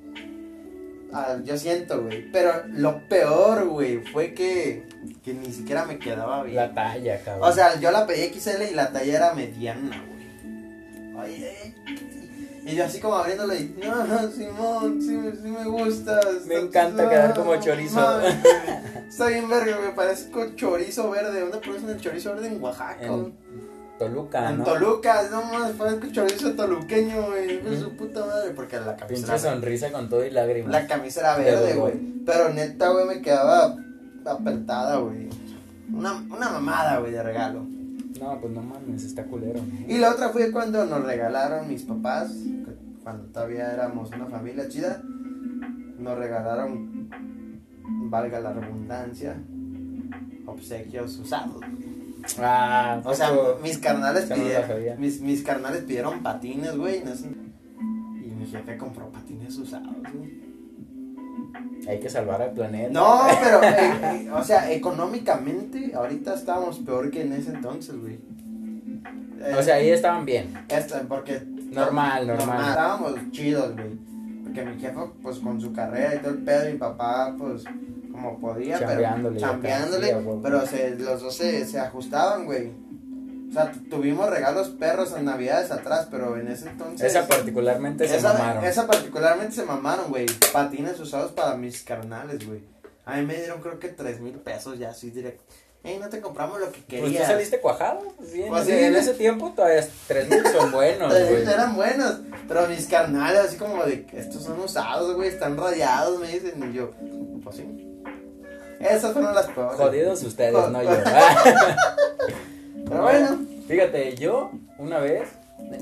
Speaker 1: Ah, yo siento, güey. Pero lo peor, güey, fue que, que ni siquiera me quedaba bien.
Speaker 2: La talla, cabrón.
Speaker 1: O sea, yo la pedí XL y la talla era mediana, güey. Oye, y yo así como abriéndolo y, no, Simón, sí, me- sí me gusta.
Speaker 2: Me encanta quedar como chorizo.
Speaker 1: está bien verga, me parezco chorizo verde. ¿Dónde producen el chorizo verde? En Oaxaca.
Speaker 2: En-
Speaker 1: güey.
Speaker 2: Toluca,
Speaker 1: en
Speaker 2: ¿no?
Speaker 1: Toluca, no más, parezco chorizo toluqueño, güey. hijo de Su puta madre, porque pues, la camisa
Speaker 2: Pinche
Speaker 1: era,
Speaker 2: sonrisa con todo y lágrimas.
Speaker 1: la camisa era
Speaker 2: De
Speaker 1: verde,
Speaker 2: dolor.
Speaker 1: güey. Pero neta, güey, me quedaba apretada, güey. Una, una mamada, güey, de regalo.
Speaker 2: No, pues no mames, está culero.
Speaker 1: Y la otra fue cuando nos regalaron mis papás, cu- cuando todavía éramos una familia chida, nos regalaron, valga la redundancia, obsequios usados.
Speaker 2: Ah,
Speaker 1: O sea,
Speaker 2: poco-
Speaker 1: mis carnales
Speaker 2: Esa no la sabía.
Speaker 1: pidieron, mis, mis carnales pidieron patines, güey, no sé. y mi jefe compró patines usados, güey.
Speaker 2: hay que salvar al planeta.
Speaker 1: No, pero, eh, eh, o sea, económicamente, ahorita estábamos peor que en ese entonces, güey. Eh,
Speaker 2: O sea, ahí estaban bien.
Speaker 1: Esta, porque.
Speaker 2: Normal, normal.
Speaker 1: Estábamos chidos, güey. Porque mi jefe, pues con su carrera y todo el pedo, mi papá, pues como podía,
Speaker 2: Chambeándole y
Speaker 1: pero.
Speaker 2: acá,
Speaker 1: Chambeándole.
Speaker 2: sí, a huevo.
Speaker 1: pero se, los dos se, se ajustaban, güey. O sea, tu- tuvimos regalos perros en Navidades atrás, pero en ese entonces.
Speaker 2: Esa particularmente se
Speaker 1: esa-
Speaker 2: mamaron.
Speaker 1: esa particularmente se mamaron, güey. Patines usados para mis carnales, güey. A mí me dieron creo que tres mil pesos ya, así directo. Ey, no te compramos lo que
Speaker 2: Pues
Speaker 1: querías.
Speaker 2: tú saliste cuajado. Sí,
Speaker 1: Pues
Speaker 2: en-
Speaker 1: sí.
Speaker 2: en ese tiempo todavía 3000 son buenos, güey.
Speaker 1: eran buenos, pero mis carnales, así como de que estos son usados, güey, están radiados, me dicen, y yo, pues sí. Esas fueron las peores.
Speaker 2: Jodidos ustedes,
Speaker 1: Jo-
Speaker 2: no yo.
Speaker 1: Pues, Pero bueno,
Speaker 2: Fíjate, yo una vez,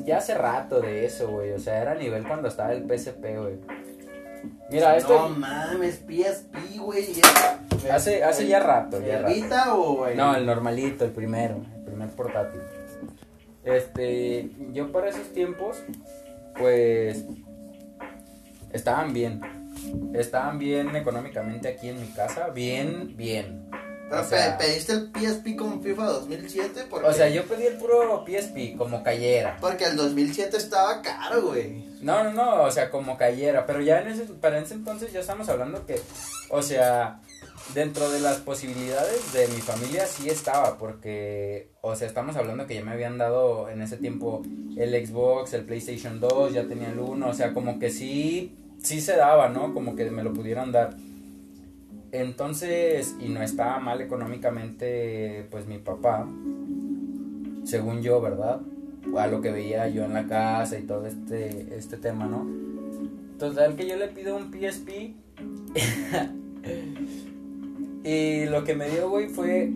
Speaker 2: ya hace rato de eso, güey. O sea, era a nivel cuando estaba el PSP, güey. Mira,
Speaker 1: no
Speaker 2: esto
Speaker 1: mames, PSP, güey. ya-
Speaker 2: Este- hace, hace ya rato, ya rato.
Speaker 1: ¿Cervita o el-
Speaker 2: No, el normalito, el primero, el primer portátil. Este, yo para esos tiempos, pues, estaban bien. Estaban bien económicamente aquí en mi casa, bien, bien.
Speaker 1: Pero
Speaker 2: o sea-
Speaker 1: Ah, pe- pediste el PSP con FIFA 2007 porque,
Speaker 2: O sea, yo pedí el puro PSP, como cayera.
Speaker 1: porque el 2007 estaba caro, güey.
Speaker 2: No, no, no, o sea, como cayera, pero ya en ese, para ese entonces ya estamos hablando que, o sea, dentro de las posibilidades de mi familia sí estaba, porque, o sea, estamos hablando que ya me habían dado en ese tiempo el Xbox, el PlayStation 2, ya tenía el 1, o sea, como que sí, sí se daba, ¿no? Como que me lo pudieran dar. Entonces, y no estaba mal económicamente, pues mi papá, según yo, ¿verdad? A lo que veía yo en la casa y todo este, este tema, ¿no? Total que yo le pido un PSP. y lo que me dio, güey, fue...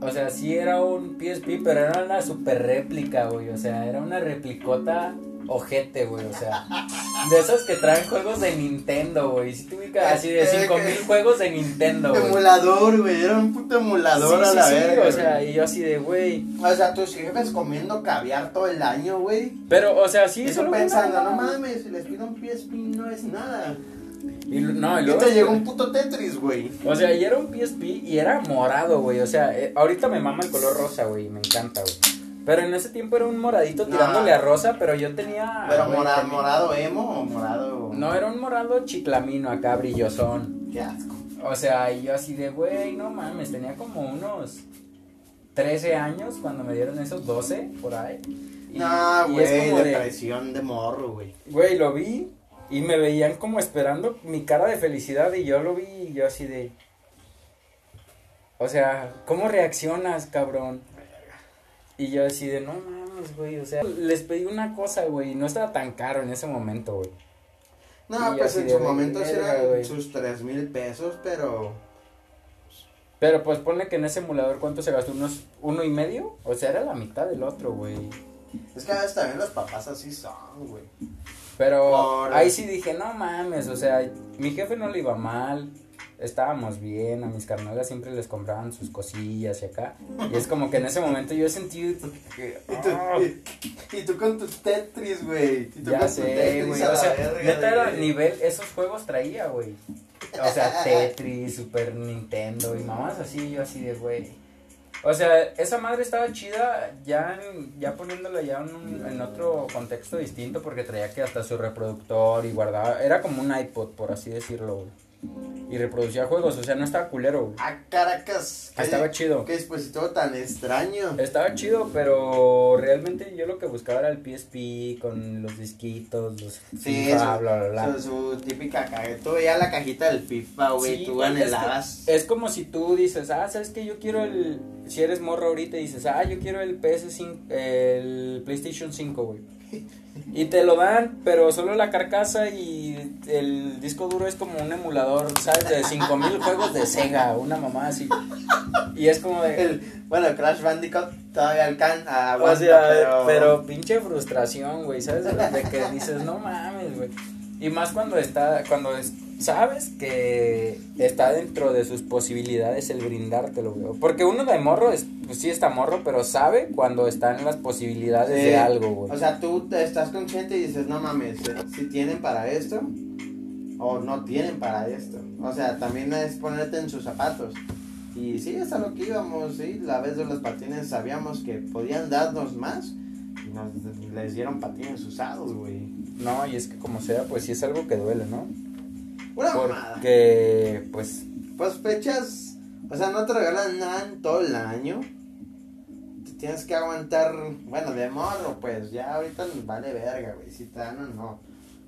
Speaker 2: O sea, sí era un PSP, pero era una super réplica, güey. O sea, era una replicota ojete, güey. O sea, de esas que traen juegos de Nintendo, güey. Si te ubicas así de
Speaker 1: Este,
Speaker 2: 5000
Speaker 1: que-
Speaker 2: juegos de Nintendo, güey.
Speaker 1: Emulador, güey, era un puto emulador
Speaker 2: Sí,
Speaker 1: a
Speaker 2: sí,
Speaker 1: la
Speaker 2: sí,
Speaker 1: verga.
Speaker 2: o sea,
Speaker 1: güey.
Speaker 2: y yo así de, güey.
Speaker 1: o sea, tus jefes comiendo caviar todo el año, güey.
Speaker 2: Pero, o sea, sí,
Speaker 1: Y
Speaker 2: solo
Speaker 1: tú
Speaker 2: fue
Speaker 1: pensando,
Speaker 2: una-
Speaker 1: no mames, si les pido un PSP no es nada.
Speaker 2: Y, lu- no, y
Speaker 1: Y
Speaker 2: luego-
Speaker 1: te llegó un puto Tetris, güey.
Speaker 2: O sea, y era un PSP y era morado, güey. O sea, eh, ahorita me mama el color rosa, güey. Me encanta, güey. Pero en ese tiempo era un moradito
Speaker 1: No.
Speaker 2: tirándole a rosa, pero yo tenía.
Speaker 1: Pero
Speaker 2: Ah, güey,
Speaker 1: mora-
Speaker 2: tenía-
Speaker 1: morado emo o morado.
Speaker 2: No, era un morado chiclamino acá, brillosón.
Speaker 1: Qué asco.
Speaker 2: O sea, y yo así de, güey, no mames, tenía como unos 13 años cuando me dieron esos 12, por ahí. Y,
Speaker 1: no,
Speaker 2: y
Speaker 1: güey,
Speaker 2: es como de,
Speaker 1: depresión de... morro, güey.
Speaker 2: güey, lo vi y me veían como esperando mi cara de felicidad y yo lo vi y yo así de... O sea, ¿cómo reaccionas, cabrón? Y yo así de, no mames, güey, o sea, les pedí una cosa, güey, y no estaba tan caro en ese momento, güey.
Speaker 1: No,
Speaker 2: Y
Speaker 1: pues
Speaker 2: así
Speaker 1: en
Speaker 2: de
Speaker 1: su
Speaker 2: verga,
Speaker 1: momento sí eran
Speaker 2: güey.
Speaker 1: sus tres mil pesos, pero.
Speaker 2: Pero pues ponle que en ese emulador cuánto se gastó, unos uno y medio, o sea era la mitad del otro, güey.
Speaker 1: Es que a veces también los papás así son, güey.
Speaker 2: Pero
Speaker 1: Por-
Speaker 2: ahí sí dije, no mames, o sea, mi jefe no le iba mal, estábamos bien, a mis carnalas siempre les compraban sus cosillas y acá. Y es como que en ese momento yo sentí que,
Speaker 1: Y tú,
Speaker 2: "Ah,
Speaker 1: y, y tú con tus Tetris, güey. Y tú
Speaker 2: ya
Speaker 1: con tu
Speaker 2: sé,
Speaker 1: Tetris
Speaker 2: güey.
Speaker 1: a
Speaker 2: O
Speaker 1: la
Speaker 2: sea,
Speaker 1: verga,
Speaker 2: neta era
Speaker 1: güey.
Speaker 2: nivel, esos juegos traía, güey. O sea, Tetris, Super Nintendo y mamás así, yo así de, güey. O sea, esa madre estaba chida ya, en- ya poniéndola ya en, un- en otro contexto distinto porque traía que hasta su reproductor y guardaba, era como un iPod, por así decirlo, güey. Y reproducía juegos, o sea, no estaba culero, güey.
Speaker 1: Ah, Caracas. qué-
Speaker 2: Estaba chido.
Speaker 1: Qué dispositivo tan extraño.
Speaker 2: Estaba chido, pero realmente yo lo que buscaba era el PSP con los disquitos, los
Speaker 1: Sí,
Speaker 2: FIFA,
Speaker 1: eso-
Speaker 2: bla, bla, bla.
Speaker 1: Su, su típica caja. Tú veías la cajita del FIFA, güey.
Speaker 2: Sí,
Speaker 1: tú
Speaker 2: güey, es que-
Speaker 1: anhelabas.
Speaker 2: Es como si tú dices, ah, sabes que yo quiero el. Si eres morro ahorita y dices, ah, yo quiero el PS5, el PlayStation 5, güey. Y te lo dan, pero solo la carcasa y el disco duro es como un emulador, ¿sabes? De 5000 juegos de Sega, una mamá así. Y es como de.
Speaker 1: El- bueno, Crash Bandicoot todavía ah, alcanza.
Speaker 2: O sea, Ah, pero... pinche frustración, güey, ¿sabes? De que dices, no mames, güey. Y más cuando está, cuando es- sabes que está dentro de sus posibilidades el brindártelo, güey. Porque uno de morro, es, pues sí está morro, pero sabe cuando están las posibilidades
Speaker 1: Sí.
Speaker 2: de algo,
Speaker 1: O
Speaker 2: güey.
Speaker 1: sea, tú te estás consciente y dices, no mames, eh, si tienen para esto o no tienen para esto. O sea, también es ponerte en sus zapatos. Y sí, es a lo que íbamos, sí, la vez de los patines sabíamos que podían darnos más y nos les dieron patines usados, güey.
Speaker 2: No, y es que como sea, pues sí es algo que duele, ¿no?
Speaker 1: Una mamada.
Speaker 2: Porque, pues,
Speaker 1: Pues fechas, o sea, no te regalan nada en todo el año. Te tienes que aguantar, bueno, de morro, pues ya ahorita nos vale verga, güey, si te dan o no.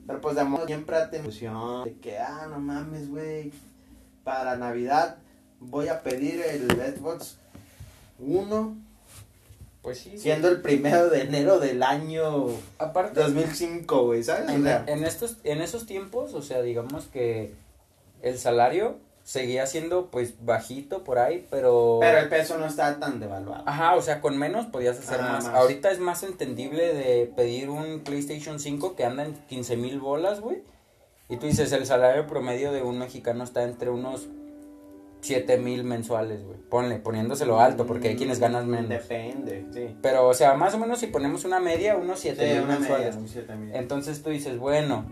Speaker 1: Pero pues de morro siempre te emoción de que, ah, no mames, güey, para Navidad voy a pedir el Xbox 1,
Speaker 2: pues sí.
Speaker 1: siendo el primero de enero del año
Speaker 2: Aparte,
Speaker 1: 2005, güey, ¿sabes? O
Speaker 2: En, e,
Speaker 1: sea,
Speaker 2: en estos, en esos tiempos, o sea, digamos que el salario seguía siendo pues bajito por ahí, pero...
Speaker 1: pero el peso no está tan devaluado.
Speaker 2: Ajá, o sea, con menos podías hacer
Speaker 1: Ajá,
Speaker 2: más.
Speaker 1: más.
Speaker 2: Ahorita es más entendible de pedir un PlayStation 5 que anda en 15 mil bolas, güey. Y tú dices, el salario promedio de un mexicano está entre unos 7 mil mensuales, güey. Ponle, poniéndoselo alto, porque
Speaker 1: Mm,
Speaker 2: hay quienes ganan menos.
Speaker 1: Depende, sí.
Speaker 2: Pero, o sea, más o menos si ponemos una media, unos 7
Speaker 1: Sí,
Speaker 2: mil
Speaker 1: una media,
Speaker 2: mensuales.
Speaker 1: un siete mil.
Speaker 2: Entonces tú dices, bueno,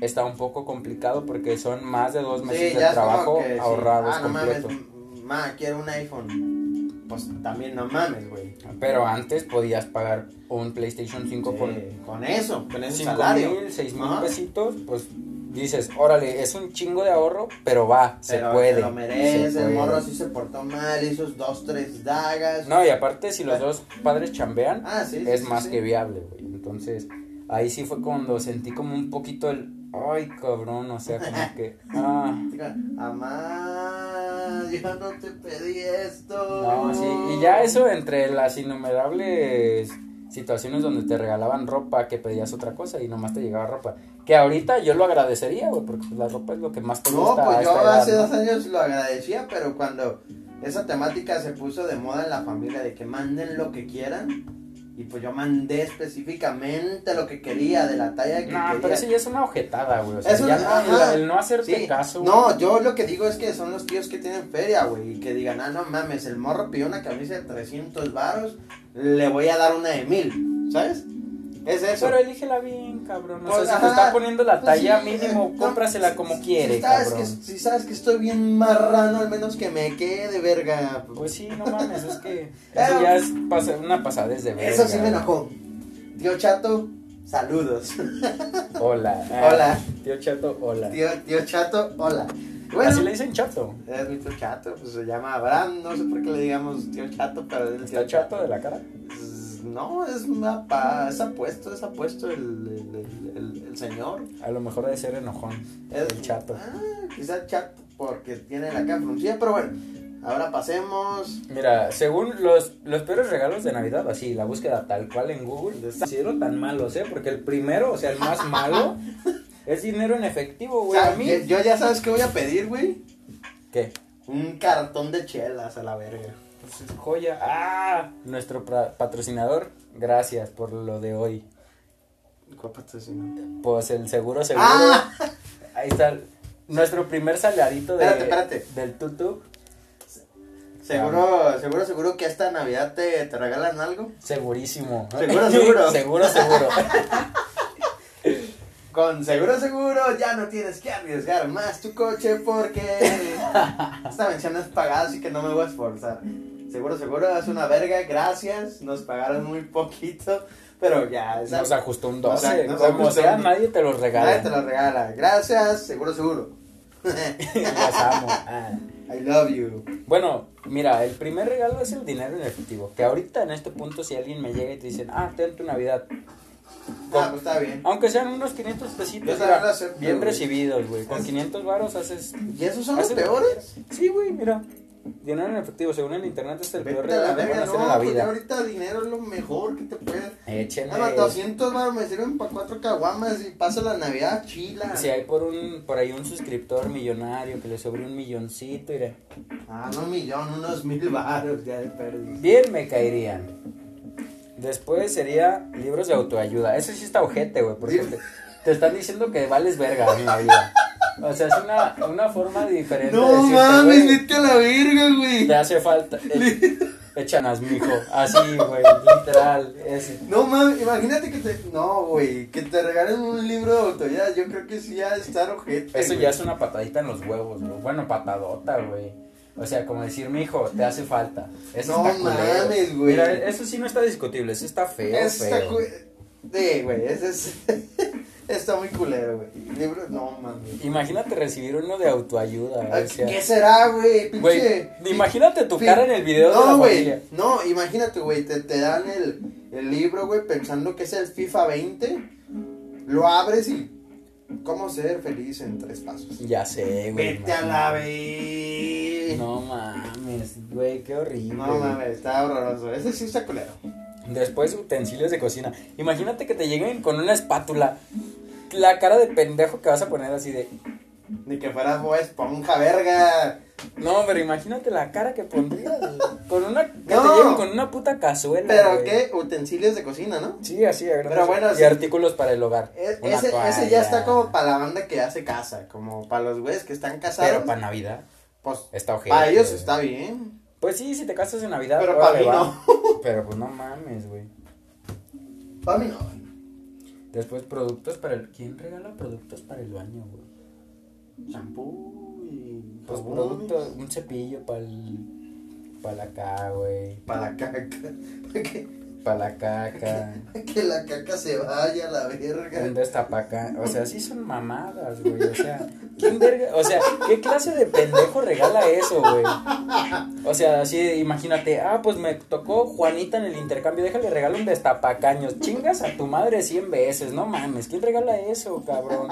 Speaker 2: está un poco complicado porque son más de dos meses
Speaker 1: Sí,
Speaker 2: de
Speaker 1: ya es como
Speaker 2: trabajo
Speaker 1: que sí.
Speaker 2: ahorrados
Speaker 1: Ah, no
Speaker 2: completo.
Speaker 1: mames, m- ma, quiero un iPhone. Pues también no mames, güey.
Speaker 2: Pero antes podías pagar un PlayStation 5
Speaker 1: Sí,
Speaker 2: por
Speaker 1: con eso, con ese
Speaker 2: 5
Speaker 1: salario.
Speaker 2: mil, 6 mil
Speaker 1: Ajá.
Speaker 2: pesitos, pues dices, órale, es un chingo de ahorro, pero va, se
Speaker 1: Pero
Speaker 2: puede.
Speaker 1: Se lo merece,
Speaker 2: se
Speaker 1: el
Speaker 2: puede.
Speaker 1: morro sí se portó mal, hizo dos, tres dagas.
Speaker 2: No, y aparte si los dos padres chambean,
Speaker 1: ah, sí, sí,
Speaker 2: es
Speaker 1: sí,
Speaker 2: más
Speaker 1: sí.
Speaker 2: que viable, güey. Entonces, ahí sí fue cuando sentí como un poquito el, ay, cabrón, o sea, como que, ah...
Speaker 1: Diga, Amá, yo no te pedí esto.
Speaker 2: No, sí, y ya eso entre las innumerables situaciones donde te regalaban ropa, que pedías otra cosa y nomás te llegaba ropa. Que ahorita yo lo agradecería, güey, porque pues la ropa es lo que más te
Speaker 1: No,
Speaker 2: gusta. a
Speaker 1: pues yo
Speaker 2: esta edad,
Speaker 1: hace
Speaker 2: ¿no?
Speaker 1: dos años lo agradecía, pero cuando esa temática se puso de moda en la familia de que manden lo que quieran, y pues yo mandé específicamente lo que quería, de la talla que
Speaker 2: No,
Speaker 1: quería.
Speaker 2: pero eso ya es una ojetada, güey. O sea,
Speaker 1: Eso-
Speaker 2: ya no,
Speaker 1: ajá.
Speaker 2: el, el no hacerte
Speaker 1: Sí,
Speaker 2: caso. güey.
Speaker 1: no, yo lo que digo es que son los tíos que tienen feria, güey, y que digan, ah, no mames, el morro pidió una camisa de 300 varos, le voy a dar una de mil, ¿sabes? Es eso.
Speaker 2: Pero elígela bien, cabrón. O sea,
Speaker 1: Pues,
Speaker 2: si te está
Speaker 1: ajá.
Speaker 2: poniendo la
Speaker 1: Pues sí,
Speaker 2: talla
Speaker 1: eh,
Speaker 2: mínimo,
Speaker 1: no,
Speaker 2: cómprasela
Speaker 1: si-
Speaker 2: como
Speaker 1: si
Speaker 2: quiere,
Speaker 1: sabes
Speaker 2: cabrón.
Speaker 1: Que, si sabes que estoy bien marrano, al menos que me quede verga.
Speaker 2: Pues sí, no mames, es que eso
Speaker 1: Pero-
Speaker 2: ya es pasa- una pasadez de verga.
Speaker 1: Eso sí me enojó. Tío Chato, saludos.
Speaker 2: Hola. Ah,
Speaker 1: Hola.
Speaker 2: Tío Chato, hola.
Speaker 1: Tío, tío Chato, hola.
Speaker 2: Así le
Speaker 1: Bueno,
Speaker 2: dicen Chato.
Speaker 1: es mi tío Chato, pues se llama Abraham, no sé por qué le digamos tío Chato, pero es el tío
Speaker 2: ¿Está chato de la cara?
Speaker 1: Es- No, es, una pa- es apuesto, es apuesto el, el, el- el- el señor.
Speaker 2: A lo mejor ha de ser enojón.
Speaker 1: Es,
Speaker 2: El chato.
Speaker 1: Ah, quizá chato porque tiene la cara pronunciada, pero bueno, ahora pasemos.
Speaker 2: Mira, según los, los peores regalos de Navidad, así, la búsqueda tal cual en Google,
Speaker 1: De-
Speaker 2: hicieron tan malos, ¿eh? Porque el primero, o sea, el más malo, es dinero en efectivo, güey.
Speaker 1: O sea,
Speaker 2: A mí.
Speaker 1: yo- Yo ya sabes que voy a pedir, güey.
Speaker 2: ¿Qué?
Speaker 1: Un cartón de chelas a la verga.
Speaker 2: Pues es joya. ¡Ah! Nuestro pra- patrocinador, gracias por lo de hoy.
Speaker 1: ¿Cuál patrocinador?
Speaker 2: Pues el seguro seguro.
Speaker 1: ¡Ah!
Speaker 2: Ahí está. Nuestro primer salarito de,
Speaker 1: Espérate, espérate.
Speaker 2: del tutu.
Speaker 1: Seguro, seguro, seguro que esta Navidad te, te regalan algo.
Speaker 2: Segurísimo.
Speaker 1: Seguro, seguro.
Speaker 2: seguro, seguro.
Speaker 1: Con seguro, seguro, ya no tienes que arriesgar más tu coche porque esta mención es pagada, así que no me voy a esforzar. Seguro, seguro, es una verga, gracias. Nos pagaron muy poquito, pero ya, esa-
Speaker 2: Nos ajustó un
Speaker 1: Nos
Speaker 2: 12.
Speaker 1: a- nos
Speaker 2: Como
Speaker 1: ajustó
Speaker 2: sea,
Speaker 1: un-
Speaker 2: nadie te los regala.
Speaker 1: nadie te lo regala. Gracias, seguro, seguro.
Speaker 2: Los amo. Ah.
Speaker 1: I love you.
Speaker 2: Bueno, mira, el primer regalo es el dinero en efectivo. Que ahorita en este punto, si alguien me llega y te dicen, ah, ten tu Navidad.
Speaker 1: Ah, pues está bien.
Speaker 2: Aunque sean unos 500
Speaker 1: Yo
Speaker 2: pesitos,
Speaker 1: la
Speaker 2: mira,
Speaker 1: verdad acepto,
Speaker 2: bien
Speaker 1: eh, güey.
Speaker 2: recibidos, güey. Con 500 varos haces.
Speaker 1: ¿Y esos son los
Speaker 2: Hace-
Speaker 1: peores?
Speaker 2: Ah, Sí, güey, mira. Dinero en efectivo, según el internet, es el
Speaker 1: Vete
Speaker 2: peor
Speaker 1: a la
Speaker 2: regalo que van a
Speaker 1: verga,
Speaker 2: hacer en
Speaker 1: no,
Speaker 2: la
Speaker 1: pues ya
Speaker 2: vida.
Speaker 1: ahorita dinero es lo mejor que te pueden. Nada más
Speaker 2: Échenle.
Speaker 1: 200 baros me sirven para cuatro caguamas y paso la Navidad chila.
Speaker 2: Si hay por un por ahí un suscriptor millonario que le sobre un milloncito, iré.
Speaker 1: Ah, no un millón, unos mil baros ya de pérdida.
Speaker 2: Bien me caerían. Después sería libros de autoayuda. Eso sí está ojete, güey, porque
Speaker 1: Sí.
Speaker 2: te, te están diciendo que vales verga en la vida. O sea, es una, una forma diferente de
Speaker 1: No
Speaker 2: decirte,
Speaker 1: mames,
Speaker 2: güey,
Speaker 1: vete a la verga, güey.
Speaker 2: te hace falta. eh, Échanas, mijo. Así, güey, literal. ese.
Speaker 1: No mames, imagínate que te. No, güey, que te regalen un libro de autoridad. Yo creo que sí, ya estar ojete.
Speaker 2: Eso
Speaker 1: güey.
Speaker 2: ya es una patadita en los huevos, güey. Bueno, patadota, güey. O sea, como decir, mijo, te hace falta. Eso
Speaker 1: No
Speaker 2: está culero.
Speaker 1: mames, güey.
Speaker 2: Mira, eso sí no está discutible, eso está feo,
Speaker 1: Eso está
Speaker 2: feo.
Speaker 1: cu- Sí, güey, ese es. está muy culero, güey. Libro, no mames.
Speaker 2: Imagínate recibir uno de autoayuda,
Speaker 1: Ah,
Speaker 2: o sea,
Speaker 1: ¿Qué será, güey? Pinche.
Speaker 2: güey, imagínate tu cara en el video de la
Speaker 1: No,
Speaker 2: familia.
Speaker 1: güey. No, imagínate, güey. Te, te dan el, el libro, güey, pensando que es el FIFA 20. Lo abres y. ¿Cómo ser feliz en tres pasos?
Speaker 2: Ya sé, güey.
Speaker 1: Vete a la
Speaker 2: imagínate.
Speaker 1: vez.
Speaker 2: No mames, güey, qué horrible.
Speaker 1: No mames, está horroroso. Ese sí está culero.
Speaker 2: Después utensilios de cocina. Imagínate que te lleguen con una espátula. La cara de pendejo que vas a poner así de.
Speaker 1: Ni que fueras Bob esponja, verga.
Speaker 2: No, pero imagínate la cara que pondrías. güey. Con una. Que te
Speaker 1: No.
Speaker 2: lleguen con una puta cazuela.
Speaker 1: Pero
Speaker 2: güey.
Speaker 1: qué utensilios de cocina, ¿no?
Speaker 2: Sí, así, a grandes-
Speaker 1: Pero bueno,
Speaker 2: Y
Speaker 1: sí.
Speaker 2: artículos para el hogar.
Speaker 1: E-
Speaker 2: Una
Speaker 1: ese, ese
Speaker 2: toalla.
Speaker 1: ya está como para la banda que hace casa, como para los güeyes que están casados.
Speaker 2: Pero para Navidad.
Speaker 1: pues,
Speaker 2: Está ojete.
Speaker 1: para ellos
Speaker 2: güey.
Speaker 1: está bien.
Speaker 2: Pues sí, si te casas en Navidad.
Speaker 1: Pero
Speaker 2: órale,
Speaker 1: pa' mí
Speaker 2: va. Pero pues no mames, güey.
Speaker 1: Para mí no.
Speaker 2: Después productos para el... ¿Quién regala productos para el baño, güey?
Speaker 1: Shampoo y.
Speaker 2: Pues
Speaker 1: jabones.
Speaker 2: productos, un cepillo para el... Para la caca, güey.
Speaker 1: Para la caca. Para que,
Speaker 2: Para la caca.
Speaker 1: que la caca se vaya a la
Speaker 2: Un
Speaker 1: verga.
Speaker 2: destapaca. O sea, sí son mamadas, güey. O sea, ¿quién verga? O sea, ¿qué clase de pendejo regala eso, güey? O sea, así, imagínate, ah, pues me tocó Juanita en el intercambio, déjale regalo un destapacaños. Chingas a tu madre 100 veces, no mames, ¿quién regala eso, cabrón?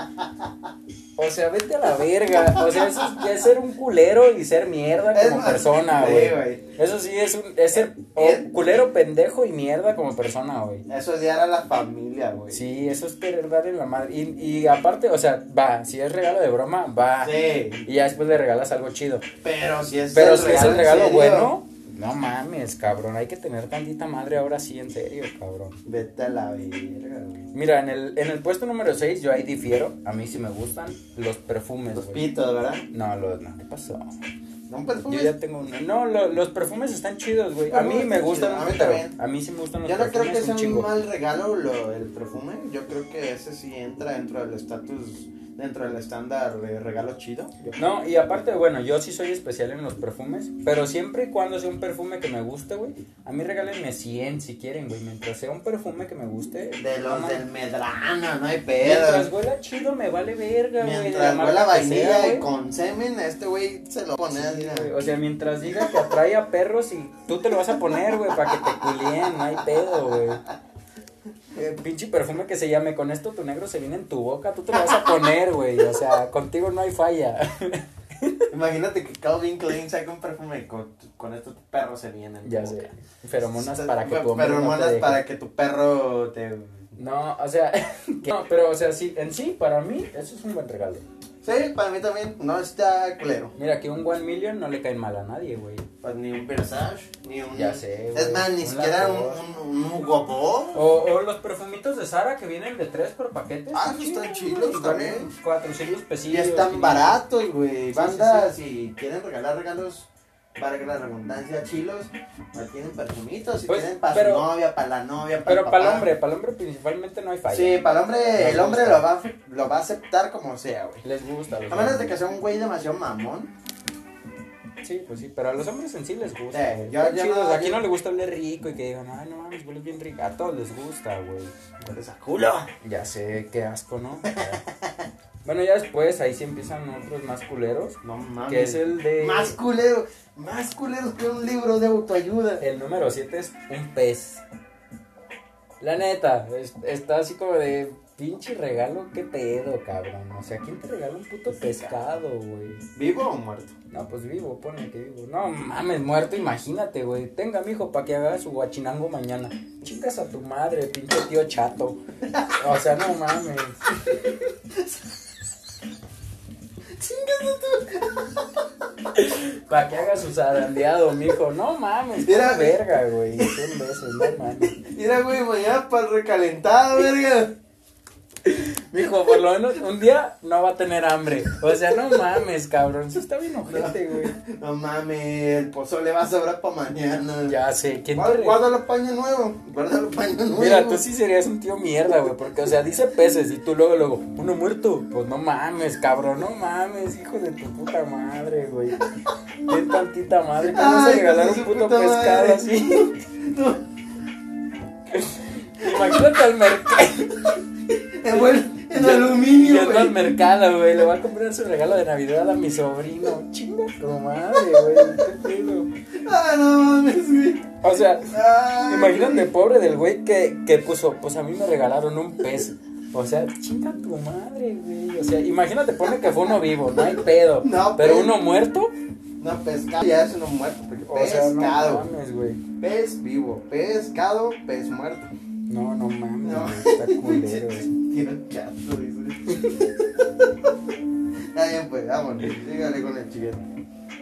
Speaker 2: O sea, vete a la verga. O sea, eso es, ya es ser un culero y ser mierda
Speaker 1: Es
Speaker 2: como
Speaker 1: más-
Speaker 2: persona,
Speaker 1: Sí,
Speaker 2: güey.
Speaker 1: güey.
Speaker 2: Eso sí es un es ser
Speaker 1: Es-
Speaker 2: culero, pendejo y mierda como persona, güey.
Speaker 1: Eso es de a la familia, güey.
Speaker 2: Sí, eso es querer darle la madre. Y, y aparte, o sea, va, si es regalo de broma, va.
Speaker 1: Sí,
Speaker 2: Y ya después le regalas algo chido.
Speaker 1: Pero si es
Speaker 2: Pero si es el
Speaker 1: en
Speaker 2: regalo
Speaker 1: serio,
Speaker 2: bueno, no mames, cabrón. Hay que tener tantita madre ahora sí, en serio, cabrón.
Speaker 1: Vete a la verga, güey.
Speaker 2: Mira, en el, en el puesto número 6, yo ahí difiero. A mí sí me gustan los perfumes,
Speaker 1: Los
Speaker 2: güey.
Speaker 1: pitos, ¿verdad?
Speaker 2: No, los, no, ¿qué pasó?
Speaker 1: No, pues,
Speaker 2: Yo
Speaker 1: perfumes.
Speaker 2: ya tengo uno. No, lo- los perfumes están chidos, güey. A
Speaker 1: Perfumes
Speaker 2: mí me
Speaker 1: están
Speaker 2: gustan
Speaker 1: chidos, a
Speaker 2: un
Speaker 1: mí
Speaker 2: putero.
Speaker 1: también.
Speaker 2: A mí sí me gustan los
Speaker 1: Yo no creo
Speaker 2: perfumes
Speaker 1: que sea
Speaker 2: un
Speaker 1: un
Speaker 2: chingo.
Speaker 1: mal regalo lo- el perfume. Yo creo que ese sí entra dentro del estatus, dentro del estándar de regalo chido. Yo-
Speaker 2: No, y aparte, bueno, yo sí soy especial en los perfumes, pero siempre y cuando sea un perfume que me guste, güey, a mí regálenme 100 si quieren, güey, mientras sea un perfume que me guste.
Speaker 1: De
Speaker 2: no
Speaker 1: los
Speaker 2: mames.
Speaker 1: del Medrano, no hay
Speaker 2: Mientras
Speaker 1: pedo.
Speaker 2: huela chido, me vale verga, güey. de la
Speaker 1: Mientras
Speaker 2: marca
Speaker 1: huela
Speaker 2: que sea,
Speaker 1: vainilla
Speaker 2: güey.
Speaker 1: y con semen, a este güey se lo pone así.
Speaker 2: Sí, güey, O sea, mientras diga que atrae a perros y tú te lo vas a poner, güey, para que te culien, no hay pedo, güey. Eh, pinche perfume que se llame, con esto tu negro se viene en tu boca, tú te lo vas a poner, güey. O sea, contigo no hay falla.
Speaker 1: Imagínate que Calvin Klein saca un perfume y con, con estos perros se vienen.
Speaker 2: Ya sé. Feromonas para que tu hombre no te
Speaker 1: Feromonas
Speaker 2: deje.
Speaker 1: para que tu perro te...
Speaker 2: No, o sea, que- no, pero o sea, sí, en sí, para mí, eso es un buen regalo.
Speaker 1: Sí, para mí también no está claro.
Speaker 2: Mira, que un one million no le cae mal a nadie, güey.
Speaker 1: Pues ni un Versace, ni un...
Speaker 2: Ya sé, güey.
Speaker 1: Es más, ni
Speaker 2: Un
Speaker 1: siquiera un,
Speaker 2: Lacoste.
Speaker 1: un, un Hugo Boss.
Speaker 2: O, o los perfumitos de Sara que vienen de tres por paquete.
Speaker 1: Ah, esos están chilos también.
Speaker 2: 400
Speaker 1: Y
Speaker 2: pesillos.
Speaker 1: están
Speaker 2: y-
Speaker 1: baratos, güey.
Speaker 2: sí,
Speaker 1: Bandas, si quieren regalar regalos para que la redundancia chilos, no tienen perfumitos. Si
Speaker 2: Pues,
Speaker 1: quieren para
Speaker 2: pero-
Speaker 1: su novia, para la novia, para
Speaker 2: Pero para el
Speaker 1: papá.
Speaker 2: hombre, para el hombre principalmente no hay falla.
Speaker 1: Sí, para el hombre,
Speaker 2: Les
Speaker 1: el hombre
Speaker 2: gusta.
Speaker 1: lo va, a ace- lo va a aceptar como sea, güey.
Speaker 2: Les gusta. los
Speaker 1: A menos de
Speaker 2: hombres.
Speaker 1: que sea un güey demasiado mamón.
Speaker 2: Sí, pues sí, pero a los hombres en sí les gusta.
Speaker 1: Sí,
Speaker 2: güey.
Speaker 1: yo-
Speaker 2: Están
Speaker 1: yo
Speaker 2: chidos,
Speaker 1: no-
Speaker 2: aquí
Speaker 1: yo-
Speaker 2: no le gusta hablar rico y que digan, ay, no mames, hueles bien rico. A todos les gusta, güey.
Speaker 1: Hueles a culo.
Speaker 2: Ya sé, qué asco, ¿no? bueno, ya después ahí sí empiezan otros más culeros.
Speaker 1: No mames.
Speaker 2: Que es el de.
Speaker 1: Ah, Más culero, más culero que un libro de autoayuda.
Speaker 2: El número 7 es un pez. La neta, es- está así como de pinche regalo, qué pedo, cabrón. O sea, ¿quién te regala un puto pescado, güey?
Speaker 1: ¿Vivo o muerto?
Speaker 2: No, pues vivo, ponle que vivo. No mames, muerto, imagínate, güey. Tenga, mijo, para que haga su guachinango mañana. Chingas a tu madre, pinche tío chato. O sea, no mames. Para que haga su zarandeado, mijo. No mames,
Speaker 1: Mira,
Speaker 2: Mira, verga, güey. Cien veces, no mames.
Speaker 1: Mira, güey, mañana para el recalentado, verga.
Speaker 2: Mijo, por lo menos un día no va a tener hambre. O sea, no mames, cabrón. Sí está bien ojete, güey.
Speaker 1: No mames, el pozo le va a sobrar para mañana.
Speaker 2: Ya sé, ¿quién te
Speaker 1: Guarda,
Speaker 2: re-
Speaker 1: guarda los paños nuevos. Guarda los paños nuevos.
Speaker 2: Mira, tú sí serías un tío mierda, güey, porque, o sea, dice peces y tú luego, luego, uno muerto. Pues no mames, cabrón, no mames, hijo de tu puta madre, güey. Ten tantita madre, ¿cómo vas a
Speaker 1: Ay,
Speaker 2: regalar
Speaker 1: hijo de
Speaker 2: un
Speaker 1: su
Speaker 2: puto
Speaker 1: puta madre.
Speaker 2: pescado así? Imagínate al mercado,
Speaker 1: Envuel- en aluminio,
Speaker 2: yendo al
Speaker 1: güey.
Speaker 2: mercado, güey, le va a comprar su regalo de Navidad a mi sobrino. Chinga tu madre, güey, qué pedo.
Speaker 1: Ah, no mames, güey.
Speaker 2: O sea,
Speaker 1: Ay,
Speaker 2: Imagínate,
Speaker 1: güey.
Speaker 2: pobre del güey que, que puso, pues a mí me regalaron un pez. O sea, chinga tu madre, güey. O sea, imagínate, pone que fue uno vivo, no hay pedo.
Speaker 1: No,
Speaker 2: pero
Speaker 1: pues.
Speaker 2: uno muerto,
Speaker 1: No, pescado ya es uno muerto. Porque
Speaker 2: o sea, no
Speaker 1: pescado.
Speaker 2: mames, güey.
Speaker 1: pez vivo. Pescado, pez muerto.
Speaker 2: No, no mames,
Speaker 1: No.
Speaker 2: güey, está culero. güey.
Speaker 1: Tío chato, dice. Está bien, pues, vámonos. Dígale con el chiquete.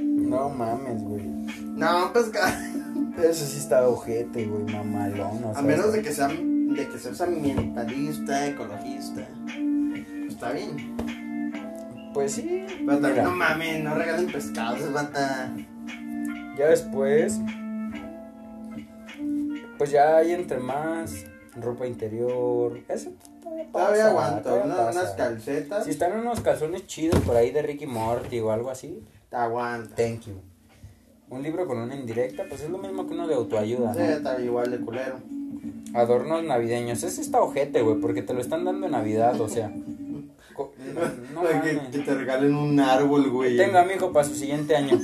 Speaker 2: No mames, güey.
Speaker 1: No, pescado.
Speaker 2: Eso sí está ojete, güey, mamalón. O sea,
Speaker 1: A menos de que sea, de que seas ambientalista, ecologista. Está bien.
Speaker 2: Pues sí.
Speaker 1: Pero también,
Speaker 2: mira,
Speaker 1: no mames, no regalen pescados, bata.
Speaker 2: Ya después, pues ya hay entre más ropa interior. Eso todavía
Speaker 1: Todavía
Speaker 2: pasa,
Speaker 1: aguanto,
Speaker 2: todavía
Speaker 1: una- unas
Speaker 2: pasa.
Speaker 1: calcetas.
Speaker 2: Si están unos calzones chidos por ahí de Ricky Morty o algo así,
Speaker 1: Te aguanta. Sí,
Speaker 2: thank you. Un libro con una indirecta, pues es lo mismo que uno de autoayuda, ¿no?
Speaker 1: está igual de culero.
Speaker 2: Adornos navideños. Ese está ojete, güey, porque te lo están dando en Navidad, o sea. Co- No, no
Speaker 1: Ay, que,
Speaker 2: mames.
Speaker 1: que te regalen un árbol, güey.
Speaker 2: Tenga, mijo, para su siguiente año.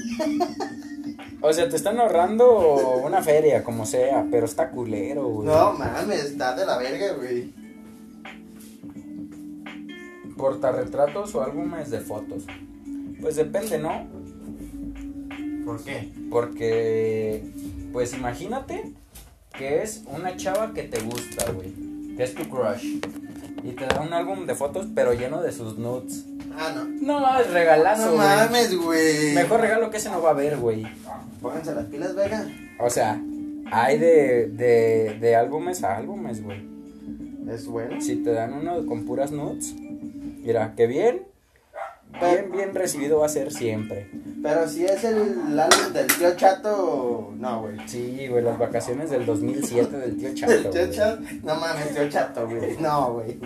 Speaker 2: O sea, te están ahorrando una feria, como sea, pero está culero, güey.
Speaker 1: No mames, está de la verga, güey.
Speaker 2: Portarretratos o álbumes de fotos. Pues depende, ¿no?
Speaker 1: ¿Por qué?
Speaker 2: Porque, pues imagínate que es una chava que te gusta, güey. Que es tu crush. Y te da un álbum de fotos, pero lleno de sus nudes.
Speaker 1: Ah, no.
Speaker 2: No mames, regalazo,
Speaker 1: No
Speaker 2: güey.
Speaker 1: mames, güey.
Speaker 2: Mejor regalo que ese no va a haber, güey.
Speaker 1: Pónganse las pilas, Vega.
Speaker 2: O sea, hay de, de, de álbumes a álbumes, güey.
Speaker 1: Es bueno.
Speaker 2: Si te dan uno con puras nudes, mira, que bien. Bien, bien recibido va a ser siempre.
Speaker 1: Pero, Pero si es el álbum del tío Chato, no, güey.
Speaker 2: Sí, güey, las vacaciones del 2007 del tío Chato.
Speaker 1: El tío
Speaker 2: güey.
Speaker 1: Chato, no mames, tío Chato, güey. No, güey.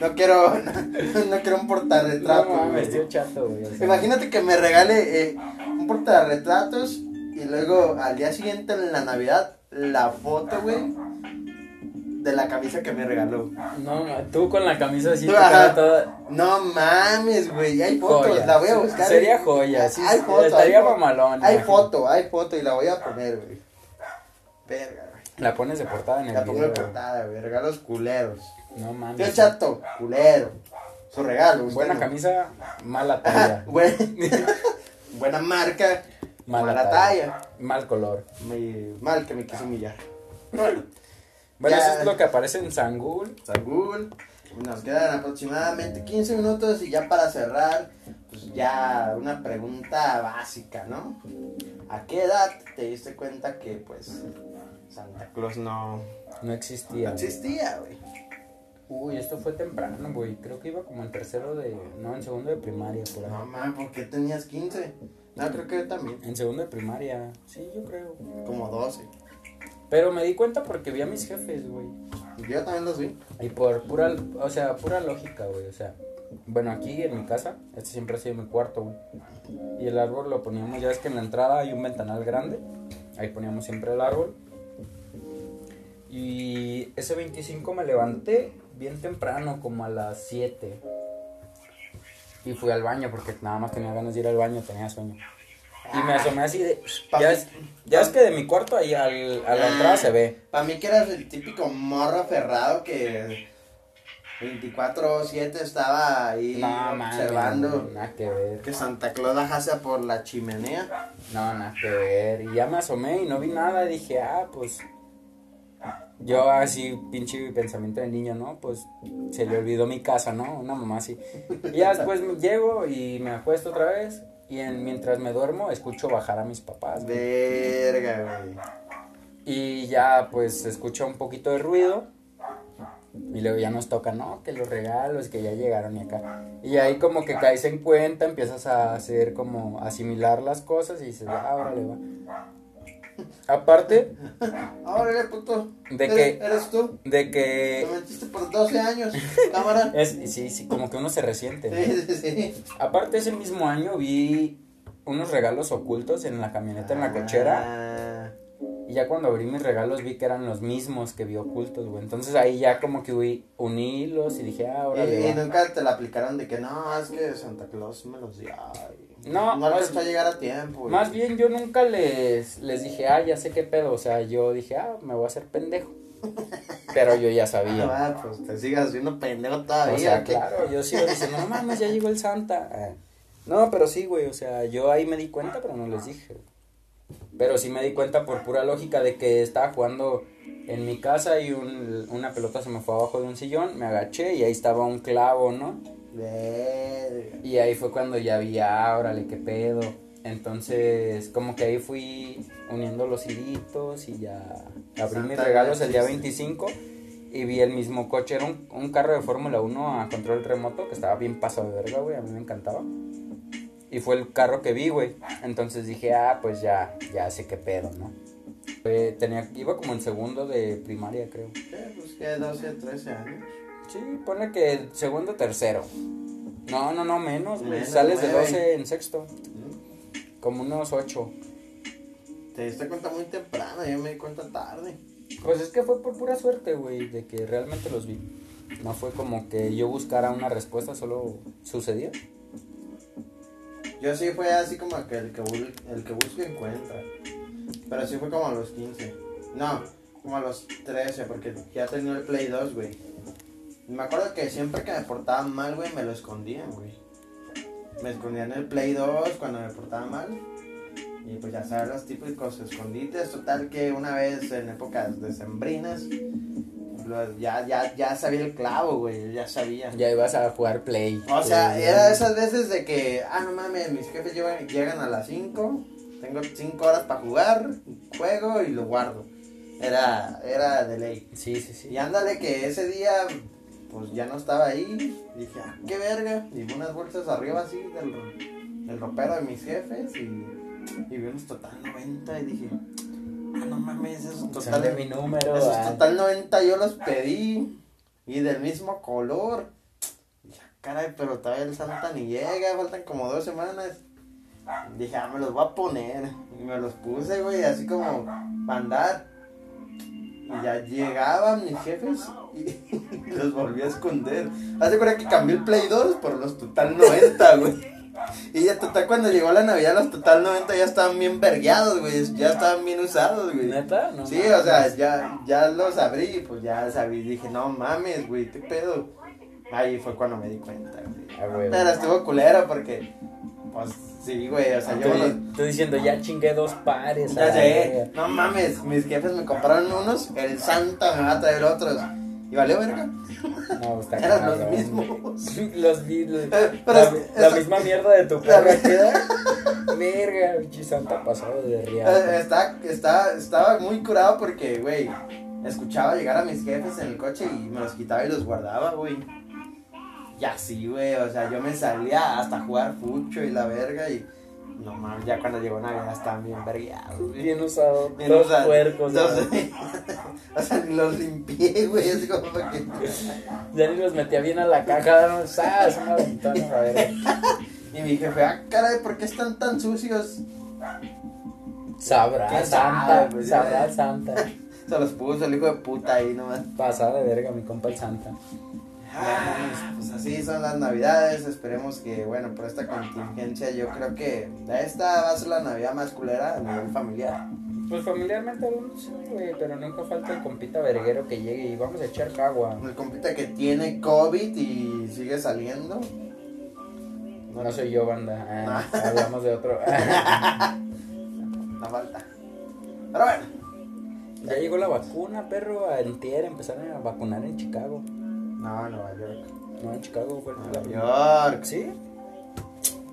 Speaker 1: No quiero, no, no quiero un portarretrato,
Speaker 2: No mames, tío
Speaker 1: güey.
Speaker 2: Chato, güey. o sea,
Speaker 1: Imagínate que me regale eh, un portarretratos y luego al día siguiente en la Navidad la foto, güey, de la camisa que me regaló.
Speaker 2: No, no, tú con la camisa así
Speaker 1: Tú,
Speaker 2: toda,
Speaker 1: ajá.
Speaker 2: toda
Speaker 1: No mames, güey, hay fotos,
Speaker 2: joya.
Speaker 1: la voy a buscar. ¿eh?
Speaker 2: Sería joya, sí.
Speaker 1: Hay
Speaker 2: sí,
Speaker 1: foto,
Speaker 2: Estaría
Speaker 1: hay foto.
Speaker 2: mamalón.
Speaker 1: Hay
Speaker 2: imagínate.
Speaker 1: foto, hay foto y la voy a poner, güey. Verga, güey.
Speaker 2: La pones de portada en el
Speaker 1: La pongo
Speaker 2: video.
Speaker 1: en portada, güey. Regalos culeros.
Speaker 2: No mames.
Speaker 1: Tío chato, culero. Su regalo, usted
Speaker 2: Buena
Speaker 1: no.
Speaker 2: camisa, mala
Speaker 1: Ajá,
Speaker 2: talla.
Speaker 1: buen- Buena marca,
Speaker 2: Mala
Speaker 1: mala,
Speaker 2: talla.
Speaker 1: talla.
Speaker 2: Mal color.
Speaker 1: Me- mal que me
Speaker 2: Ah.
Speaker 1: quiso humillar.
Speaker 2: Bueno,
Speaker 1: Ya.
Speaker 2: eso es lo que aparece en Sangul.
Speaker 1: Sagul. Nos quedan aproximadamente 15 minutos y ya para cerrar, pues ya una pregunta básica, ¿no? ¿A qué edad te diste cuenta que pues Santa Claus no,
Speaker 2: No
Speaker 1: no
Speaker 2: existía.
Speaker 1: existía, güey?
Speaker 2: Uy, esto fue temprano, güey. Creo que iba como en tercero de. No, en segundo de primaria, por ahí.
Speaker 1: No mames, ¿por qué tenías 15? No, creo que yo también,
Speaker 2: En segundo de primaria. Sí, yo creo.
Speaker 1: como 12.
Speaker 2: Pero me di cuenta porque vi a mis jefes, güey.
Speaker 1: Yo también los vi.
Speaker 2: Y por pura, o sea, pura lógica, güey, o sea, bueno, aquí en mi casa, este siempre ha sido mi cuarto, güey. Y el árbol lo poníamos, ya ves que en la entrada hay un ventanal grande, ahí poníamos siempre el árbol. Y ese 25 me levanté bien temprano, como a las 7. Y fui al baño porque nada más tenía ganas de ir al baño, tenía sueño. Y me asomé así de... Ya ves, ya ves que de mi cuarto ahí al- a la entrada se ve.
Speaker 1: Para mí que eras el típico morro aferrado que 24-7 estaba ahí
Speaker 2: No, man,
Speaker 1: observando
Speaker 2: nada que ver.
Speaker 1: que Santa Claus bajase por la chimenea.
Speaker 2: No, nada que ver. Y ya me asomé y no vi nada. Dije, ah, pues. Yo así, pinche pensamiento de niño, ¿no? Pues se le olvidó mi casa, ¿no? Una mamá así. Y ya después me llego y me acuesto otra vez. Y en- mientras me duermo, escucho bajar a mis papás. güey.
Speaker 1: Verga, güey.
Speaker 2: Y ya, pues, escucho un poquito de ruido. Y luego ya nos toca, ¿no? Que los regalos, que ya llegaron y acá. Y ahí como que caes en cuenta, empiezas a hacer como asimilar las cosas y dices, ah, órale, va. Aparte
Speaker 1: Órale, puto.
Speaker 2: ¿De
Speaker 1: eres,
Speaker 2: qué? Eh.
Speaker 1: Eres tú.
Speaker 2: de
Speaker 1: Te
Speaker 2: que...
Speaker 1: metiste por 12 años, cámara.
Speaker 2: Es, sí, sí, como que uno se resiente. ¿no?
Speaker 1: Sí, sí, sí.
Speaker 2: Aparte ese mismo año vi unos regalos ocultos en la camioneta, en la cochera.
Speaker 1: Ah,
Speaker 2: Y ya cuando abrí mis regalos vi que eran los mismos que vi ocultos, güey. Entonces ahí ya como que uní, uní hilos y dije, ah,
Speaker 1: y,
Speaker 2: órale.
Speaker 1: y
Speaker 2: va".
Speaker 1: nunca te la aplicaron de que no, es que Santa Claus me los dio. ay,
Speaker 2: No,
Speaker 1: no
Speaker 2: más-
Speaker 1: alcanzó a llegar a tiempo. güey.
Speaker 2: Más bien yo nunca les, les dije, ah, ya sé qué pedo. O sea, yo dije, ah, me voy a hacer pendejo. Pero yo ya sabía.
Speaker 1: Ah, pues te sigas viendo pendejo todavía.
Speaker 2: O sea,
Speaker 1: ¿qué?
Speaker 2: claro, yo sigo diciendo, no mames, ya llegó el Santa. Eh, No, pero sí, güey, o sea, yo ahí me di cuenta, pero no les dije. Pero sí me di cuenta por pura lógica de que estaba jugando en mi casa y un- una pelota se me fue abajo de un sillón, me agaché y ahí estaba un clavo, ¿no?
Speaker 1: Verga.
Speaker 2: Y ahí fue cuando ya vi, ah, órale, qué pedo. Entonces, como que ahí fui uniendo los hilitos y ya abrí
Speaker 1: Santa
Speaker 2: mis regalos el día
Speaker 1: Claus, sí.
Speaker 2: 25 y vi el mismo coche. Era un, un carro de Fórmula 1 a control remoto que estaba bien pasado de verga, güey. A mí me encantaba. Y fue el carro que vi, güey. Entonces dije, ah, pues ya, ya sé qué pedo, ¿no? Fue- tenía, iba como en segundo de primaria, creo.
Speaker 1: Eh, pues que 12, 13 años.
Speaker 2: Sí, pone que segundo, tercero. No, no, no, menos, güey.
Speaker 1: Menos,
Speaker 2: Sales de
Speaker 1: nueve.
Speaker 2: 12 en sexto. Como unos 8.
Speaker 1: ¿Mm? Te diste cuenta muy temprano, yo me di cuenta tarde.
Speaker 2: Pues es que fue por pura suerte, güey, de que realmente los vi. No fue como que yo buscara una respuesta, solo sucedió.
Speaker 1: Yo sí fue así como que el que, bul- el que busca encuentra. Pero sí fue como a los 15. No, como a los 13, porque ya tenía el Play 2, güey. Y Me acuerdo que siempre que me portaba mal, güey, me lo escondían, güey. Me escondían el Play 2 cuando me portaba mal. Y pues ya sabes, los típicos escondites. Total que una vez en épocas decembrinas, lo- ya, ya, ya sabía el clavo, güey. Ya sabía.
Speaker 2: Ya ibas a jugar play.
Speaker 1: O sea,
Speaker 2: Eh,
Speaker 1: era de esas veces de que, ah, no mames, mis jefes llevan- llegan a las 5, tengo 5 horas para jugar, juego y lo guardo. Era, era de ley.
Speaker 2: Sí, sí, sí.
Speaker 1: Y ándale que ese día, pues ya no estaba ahí, dije, ah, qué verga, y unas bolsas arriba así del, el ropero de mis jefes y, y vi unos total 90 y dije, ah, no mames, esos
Speaker 2: Total
Speaker 1: totales
Speaker 2: mi número.
Speaker 1: esos
Speaker 2: ah.
Speaker 1: total 90 yo los pedí y del mismo color. Dije, "Ah, caray, pero todavía el Santa ni llega, faltan como dos semanas. Dije, ah, me los voy a poner. Y me los puse, güey, así como para andar. Y ya llegaban mis jefes y, y los volví a esconder. Hace cuenta que cambié el Play 2 por los Total 90, güey. Y ya total cuando llegó la Navidad los Total 90 ya estaban bien vergueados, güey. Ya estaban bien usados, güey.
Speaker 2: ¿Neta? No,
Speaker 1: Sí,
Speaker 2: mames.
Speaker 1: o sea, ya, ya los abrí, pues ya sabí, dije, no mames, güey, qué pedo. Ahí fue cuando me di cuenta, güey.
Speaker 2: Ah, güey.
Speaker 1: Pero estuvo culero porque, pues sí, güey, o sea, yo me los...
Speaker 2: Estoy, estoy diciendo, ya chingué dos pares.
Speaker 1: Ya
Speaker 2: ah,
Speaker 1: sé, no mames, mis jefes me compraron unos, el Santa me va a traer otros. Y valió verga,
Speaker 2: güey. No, pues, está
Speaker 1: eran los
Speaker 2: cabrón, güey.
Speaker 1: mismos.
Speaker 2: Los vi- los-
Speaker 1: Eh, pero
Speaker 2: la,
Speaker 1: es-
Speaker 2: la
Speaker 1: es-
Speaker 2: misma mierda de tu
Speaker 1: La-
Speaker 2: perra queda. Verga, pinche santa pasado de
Speaker 1: Eh,
Speaker 2: riata.
Speaker 1: Está, está, estaba muy curado porque, güey, escuchaba llegar a mis jefes en el coche y me los quitaba y los guardaba, güey. Y así, güey, o sea, yo me salía hasta a jugar fucho y la verga y... No mames, ya cuando llegó Navidad estaban bien vergueados, güey.
Speaker 2: Bien usado.
Speaker 1: eh. Bien,
Speaker 2: dos
Speaker 1: o sea,
Speaker 2: puercos.
Speaker 1: dos-
Speaker 2: ¿no?
Speaker 1: o sea, ni los limpié, güey, así como que...
Speaker 2: Ya ni los metía bien a la caja. ¡Sas! Una ventana, a ver.
Speaker 1: Y mi jefe, ah, caray, ¿por qué están tan sucios?
Speaker 2: Sabrá
Speaker 1: ¿Quién
Speaker 2: santa.
Speaker 1: sabe, pues,
Speaker 2: sabrá
Speaker 1: ya?
Speaker 2: santa.
Speaker 1: Se los puso el hijo de puta ahí nomás.
Speaker 2: Pasada de verga, mi compa el santa.
Speaker 1: Ah, pues así son las navidades, esperemos que, bueno, por esta contingencia yo creo que esta va a ser la navidad más culera a nivel familiar.
Speaker 2: Pues familiarmente algunos sí, güey, pero nunca falta el compita verguero que llegue y vamos a echar cagua.
Speaker 1: El compita que tiene COVID y sigue saliendo.
Speaker 2: No, soy yo, banda. Ah,
Speaker 1: Ah.
Speaker 2: Hablamos de otro.
Speaker 1: No falta. Pero bueno,
Speaker 2: ya llegó la vacuna, perro. Antier empezaron a vacunar en Chicago.
Speaker 1: no, Nueva York.
Speaker 2: No, en Chicago fue la
Speaker 1: Nueva
Speaker 2: primera.
Speaker 1: York.
Speaker 2: ¿Sí?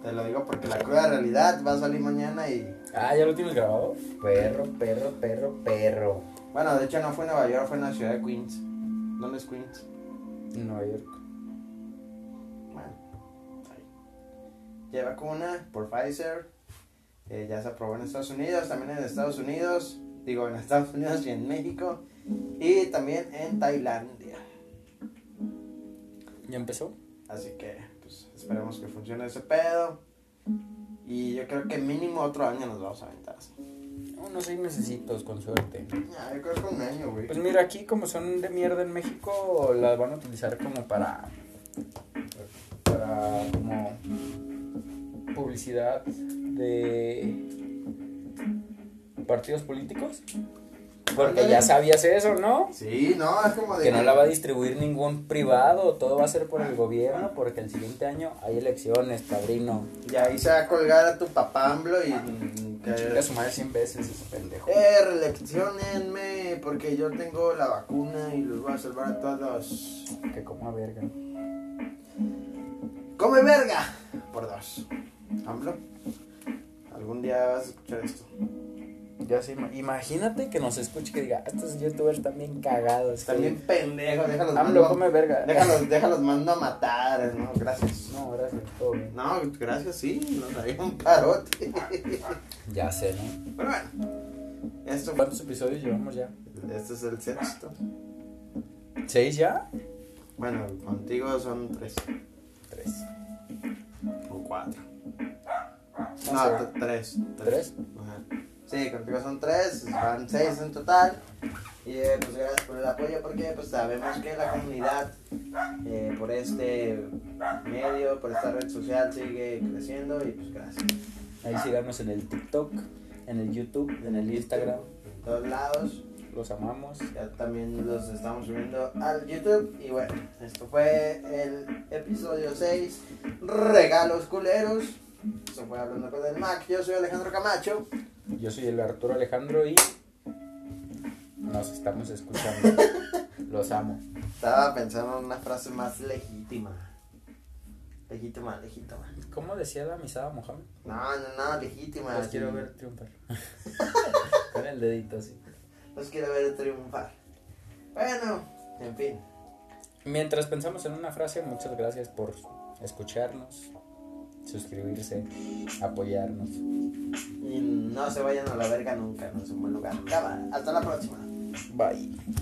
Speaker 1: Te lo digo porque la cruda realidad va a salir mañana y...
Speaker 2: Ah, ¿ya lo tienes grabado? Perro, perro, perro, perro.
Speaker 1: Bueno, de hecho no fue en Nueva York, fue en la ciudad de Queens. ¿Dónde es Queens?
Speaker 2: Nueva York.
Speaker 1: Bueno, ahí. Ya hay vacuna por Pfizer. eh, ya se aprobó en Estados Unidos, también en Estados Unidos. Digo, en Estados Unidos y en México. Y también en Tailandia.
Speaker 2: ¿Ya empezó?
Speaker 1: Así que, pues, esperemos que funcione ese pedo. Y yo creo que mínimo otro año nos vamos a aventar así.
Speaker 2: Unos seis mesecitos, con suerte.
Speaker 1: Ah, yo creo que un año, güey.
Speaker 2: Pues mira, aquí como son de mierda en México, las van a utilizar como para. para como. publicidad de. partidos políticos. Porque ya sabías eso, ¿no?
Speaker 1: Sí, no, es como de.
Speaker 2: Que no la va a distribuir ningún privado, todo va a ser por el gobierno, porque el siguiente año hay elecciones, padrino.
Speaker 1: Y ahí se va a colgar a tu papá AMLO
Speaker 2: Ah,
Speaker 1: y. mm,
Speaker 2: Chinga
Speaker 1: que-
Speaker 2: a su madre 100 veces ese pendejo.
Speaker 1: Eh, reeleccionenme porque yo tengo la vacuna y los voy a salvar a todos.
Speaker 2: Que coma verga.
Speaker 1: ¡Come verga! Por dos. AMLO, algún día vas a escuchar esto.
Speaker 2: Ya sí, ima- imagínate que nos escuche que diga, "Ah, estos youtubers también cagados.
Speaker 1: Están bien pendejos, déjalos
Speaker 2: AMLO,
Speaker 1: mando-
Speaker 2: Ah, come verga.
Speaker 1: Déjalos, déjalos mando a matar, ¿no? Gracias.
Speaker 2: No, gracias, todo bien.
Speaker 1: No, gracias, sí, nos daría un parote.
Speaker 2: Ya sé, ¿no?
Speaker 1: Pero bueno, esto,
Speaker 2: ¿Cuántos episodios llevamos ya?
Speaker 1: este es el sexto.
Speaker 2: ¿Seis ya?
Speaker 1: Bueno, contigo son tres
Speaker 2: Tres.
Speaker 1: o cuatro.
Speaker 2: No
Speaker 1: No,
Speaker 2: sé.
Speaker 1: t- tres.
Speaker 2: ¿Tres?
Speaker 1: Ajá. Sí, contigo son tres, van seis en total. Y eh, pues gracias por el apoyo porque pues sabemos que la comunidad eh, por este medio, por esta red social sigue creciendo y pues gracias.
Speaker 2: Ahí síganos en el TikTok, en el YouTube, en el Instagram.
Speaker 1: En todos lados,
Speaker 2: Los amamos.
Speaker 1: ya también los estamos subiendo al YouTube. Y bueno, esto fue el episodio 6, regalos culeros. Esto fue hablando con el Mac, yo soy Alejandro Camacho.
Speaker 2: Yo soy el Arturo Alejandro y nos estamos escuchando. Los amo.
Speaker 1: Estaba pensando en una frase más legítima. Legítima, legítima.
Speaker 2: ¿Cómo decía la misada Mohamed?
Speaker 1: No, no, no, legítima.
Speaker 2: Los
Speaker 1: sí.
Speaker 2: quiero ver triunfar. Con el dedito así.
Speaker 1: Los quiero ver triunfar. Bueno, en fin.
Speaker 2: Mientras pensamos en una frase, muchas gracias por escucharnos. Se suscribirse, apoyarnos.
Speaker 1: Y no se vayan a la verga nunca, no es un buen lugar. Ya va, hasta la próxima.
Speaker 2: Bye.